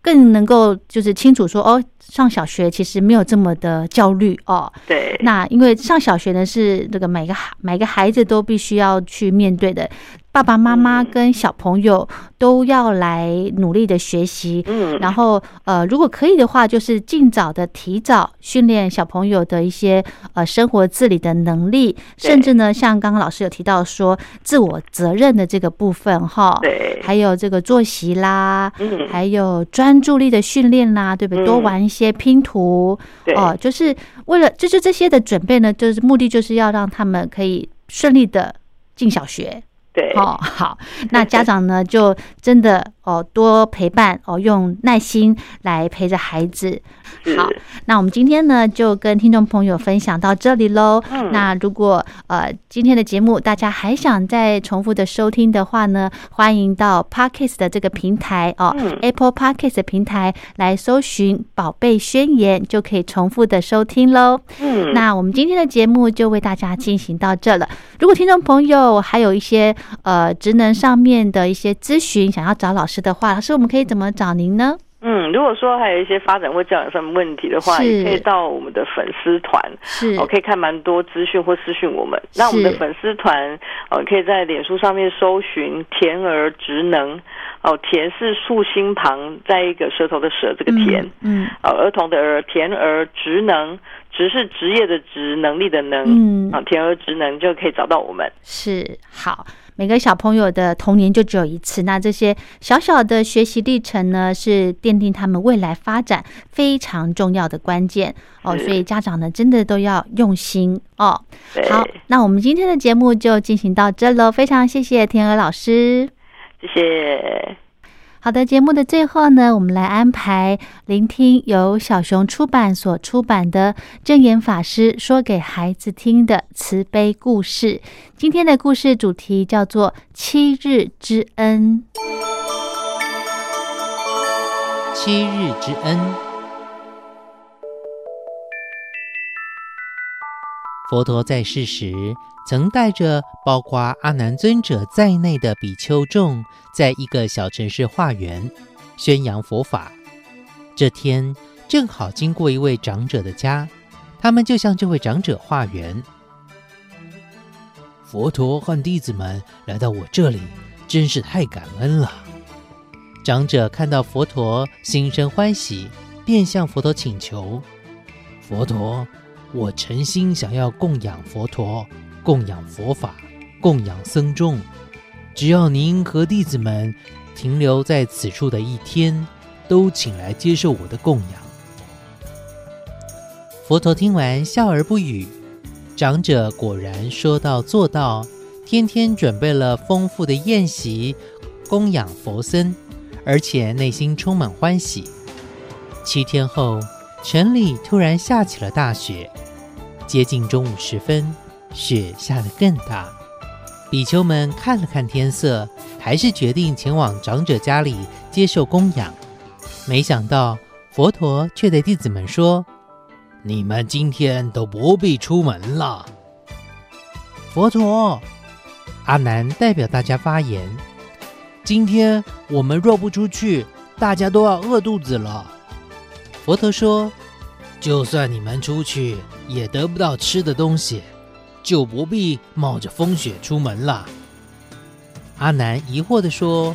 A: 更能够就是清楚说哦，上小学其实没有这么的焦虑哦，
B: 对，
A: 那因为上小学呢是那个每个孩每个孩子都必须要去面对的，爸爸妈妈跟小朋友都要来努力的学习。
B: 嗯，
A: 然后，呃，如果可以的话，就是尽早的提早训练小朋友的一些呃生活自理的能力，
B: 对
A: 甚至呢，像刚刚老师有提到说自我责任的这个部分哈，
B: 对，
A: 还有这个作息啦，
B: 嗯，
A: 还有专注力的训练啦，对不对？
B: 嗯
A: 多玩一些拼图，
B: 对，
A: 哦，就是为了就是这些的准备呢，就是目的就是要让他们可以顺利的进小学。
B: 对，
A: 哦， 好，那家长呢就真的哦多陪伴哦，用耐心来陪着孩子。
B: 是
A: 好，那我们今天呢就跟听众朋友分享到这里喽。
B: 嗯
A: 那如果呃今天的节目大家还想再重复的收听的话呢，欢迎到 Parkes 的这个平台哦、
B: 嗯
A: a p p l e Parkes 的平台来搜寻《宝贝宣言》，就可以重复的收听喽。
B: 嗯，
A: 那我们今天的节目就为大家进行到这了。如果听众朋友还有一些呃职能上面的一些咨询，想要找老师的话，老师我们可以怎么找您呢？
B: 嗯，如果说还有一些发展或教养上的问题的话，
A: 是
B: 也可以到我们的粉丝团，
A: 是
B: 我、可以看蛮多资讯或私讯我们。那我们的
A: 是
B: 粉丝团，呃，可以在脸书上面搜寻“甜儿职能”，哦、甜是竖心旁在一个舌头的舌，这个甜。
A: 嗯
B: 呃，儿童的儿，甜儿职能，职是职业的职，能力的能，
A: 嗯
B: 啊，甜儿职能就可以找到我们。
A: 是好。每个小朋友的童年就只有一次，那这些小小的学习历程呢，是奠定他们未来发展非常重要的关键哦。
B: 是
A: 所以家长呢，真的都要用心哦。
B: 对，
A: 好，那我们今天的节目就进行到这喽，非常谢谢天鹅老师。
B: 谢谢。
A: 好的，节目的最后呢，我们来安排聆听由小熊出版所出版的《正言法师说给孩子听的慈悲故事》。今天的故事主题叫做“七日之恩
C: 七日之恩。佛陀在世时，曾带着包括阿难尊者在内的比丘众，在一个小城市化缘，宣扬佛法。这天正好经过一位长者的家，他们就向这位长者化缘。佛陀和弟子们来到我这里，真是太感恩了。长者看到佛陀，心生欢喜，便向佛陀请求：“佛陀，我诚心想要供养佛陀，供养佛法，供养僧众。只要您和弟子们停留在此处的一天，都请来接受我的供养。”佛陀听完，笑而不语。长者果然说到做到，天天准备了丰富的宴席，供养佛僧。而且内心充满欢喜。七天后，城里突然下起了大雪，接近中午时分，雪下得更大。比丘们看了看天色，还是决定前往长者家里接受供养。没想到佛陀却对弟子们说：“你们今天都不必出门了。”佛陀，阿难代表大家发言。今天我们若不出去，大家都要饿肚子了。佛陀说：“就算你们出去，也得不到吃的东西，就不必冒着风雪出门了。”阿难疑惑地说：“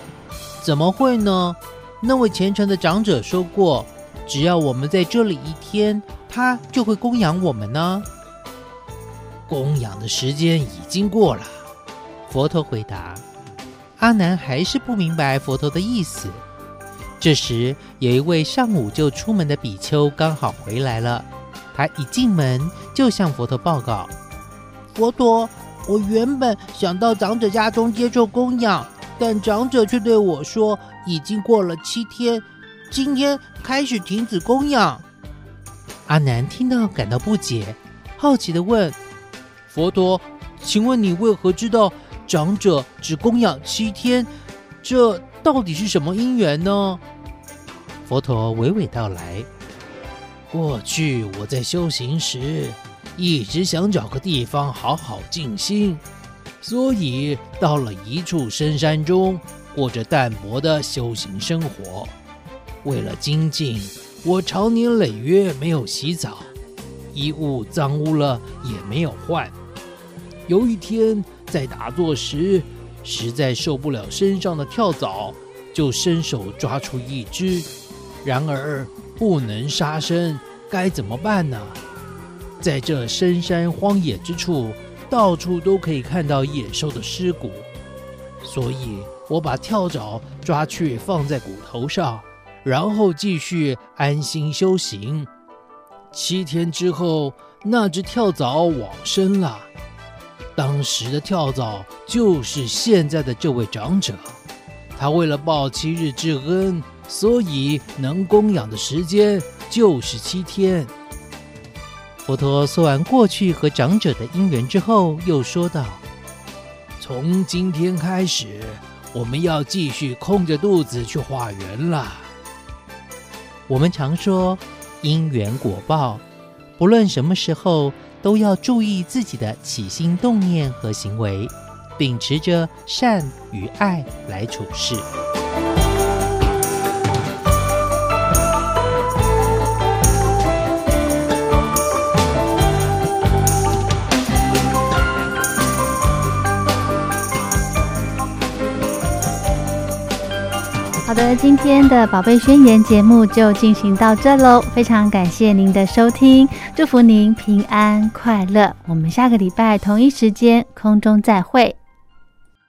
C: 怎么会呢？那位虔诚的长者说过，只要我们在这里一天，他就会供养我们呢。”供养的时间已经过了，佛陀回答。阿难还是不明白佛陀的意思。这时，有一位上午就出门的比丘刚好回来了，他一进门就向佛陀报告：“佛陀，我原本想到长者家中接受供养，但长者却对我说，已经过了七天，今天开始停止供养。
D: 阿南听到感到不解，好奇的问
C: 佛陀，请问你为何知道长者只供养七天？这到底是什么因缘呢？
D: 佛陀娓娓道来。
C: 过去我在修行时，一直想找个地方好好静心，所以到了一处深山中，过着淡薄的修行生活。为了精进，我常年累月没有洗澡，衣物脏污了也没有换。有一天在打坐时，实在受不了身上的跳蚤，就伸手抓出一只，然而。不能杀生，该怎么办呢？在这深山荒野之处，到处都可以看到野兽的尸骨，所以我把跳蚤抓去放在骨头上，然后继续安心修行。七天之后，那只跳蚤往生了。当时的跳蚤就是现在的这位长者，他为了报七日之恩。所以能供养的时间就是七天。
D: 佛陀说完过去和长者的因缘之后，又说道：“
C: 从今天开始，我们要继续空着肚子去化缘了。
D: 我们常说因缘果报，不论什么时候都要注意自己的起心动念和行为，秉持着善与爱来处事。”
A: 好的，今天的宝贝宣言节目就进行到这喽，非常感谢您的收听，祝福您平安快乐，我们下个礼拜同一时间空中再会。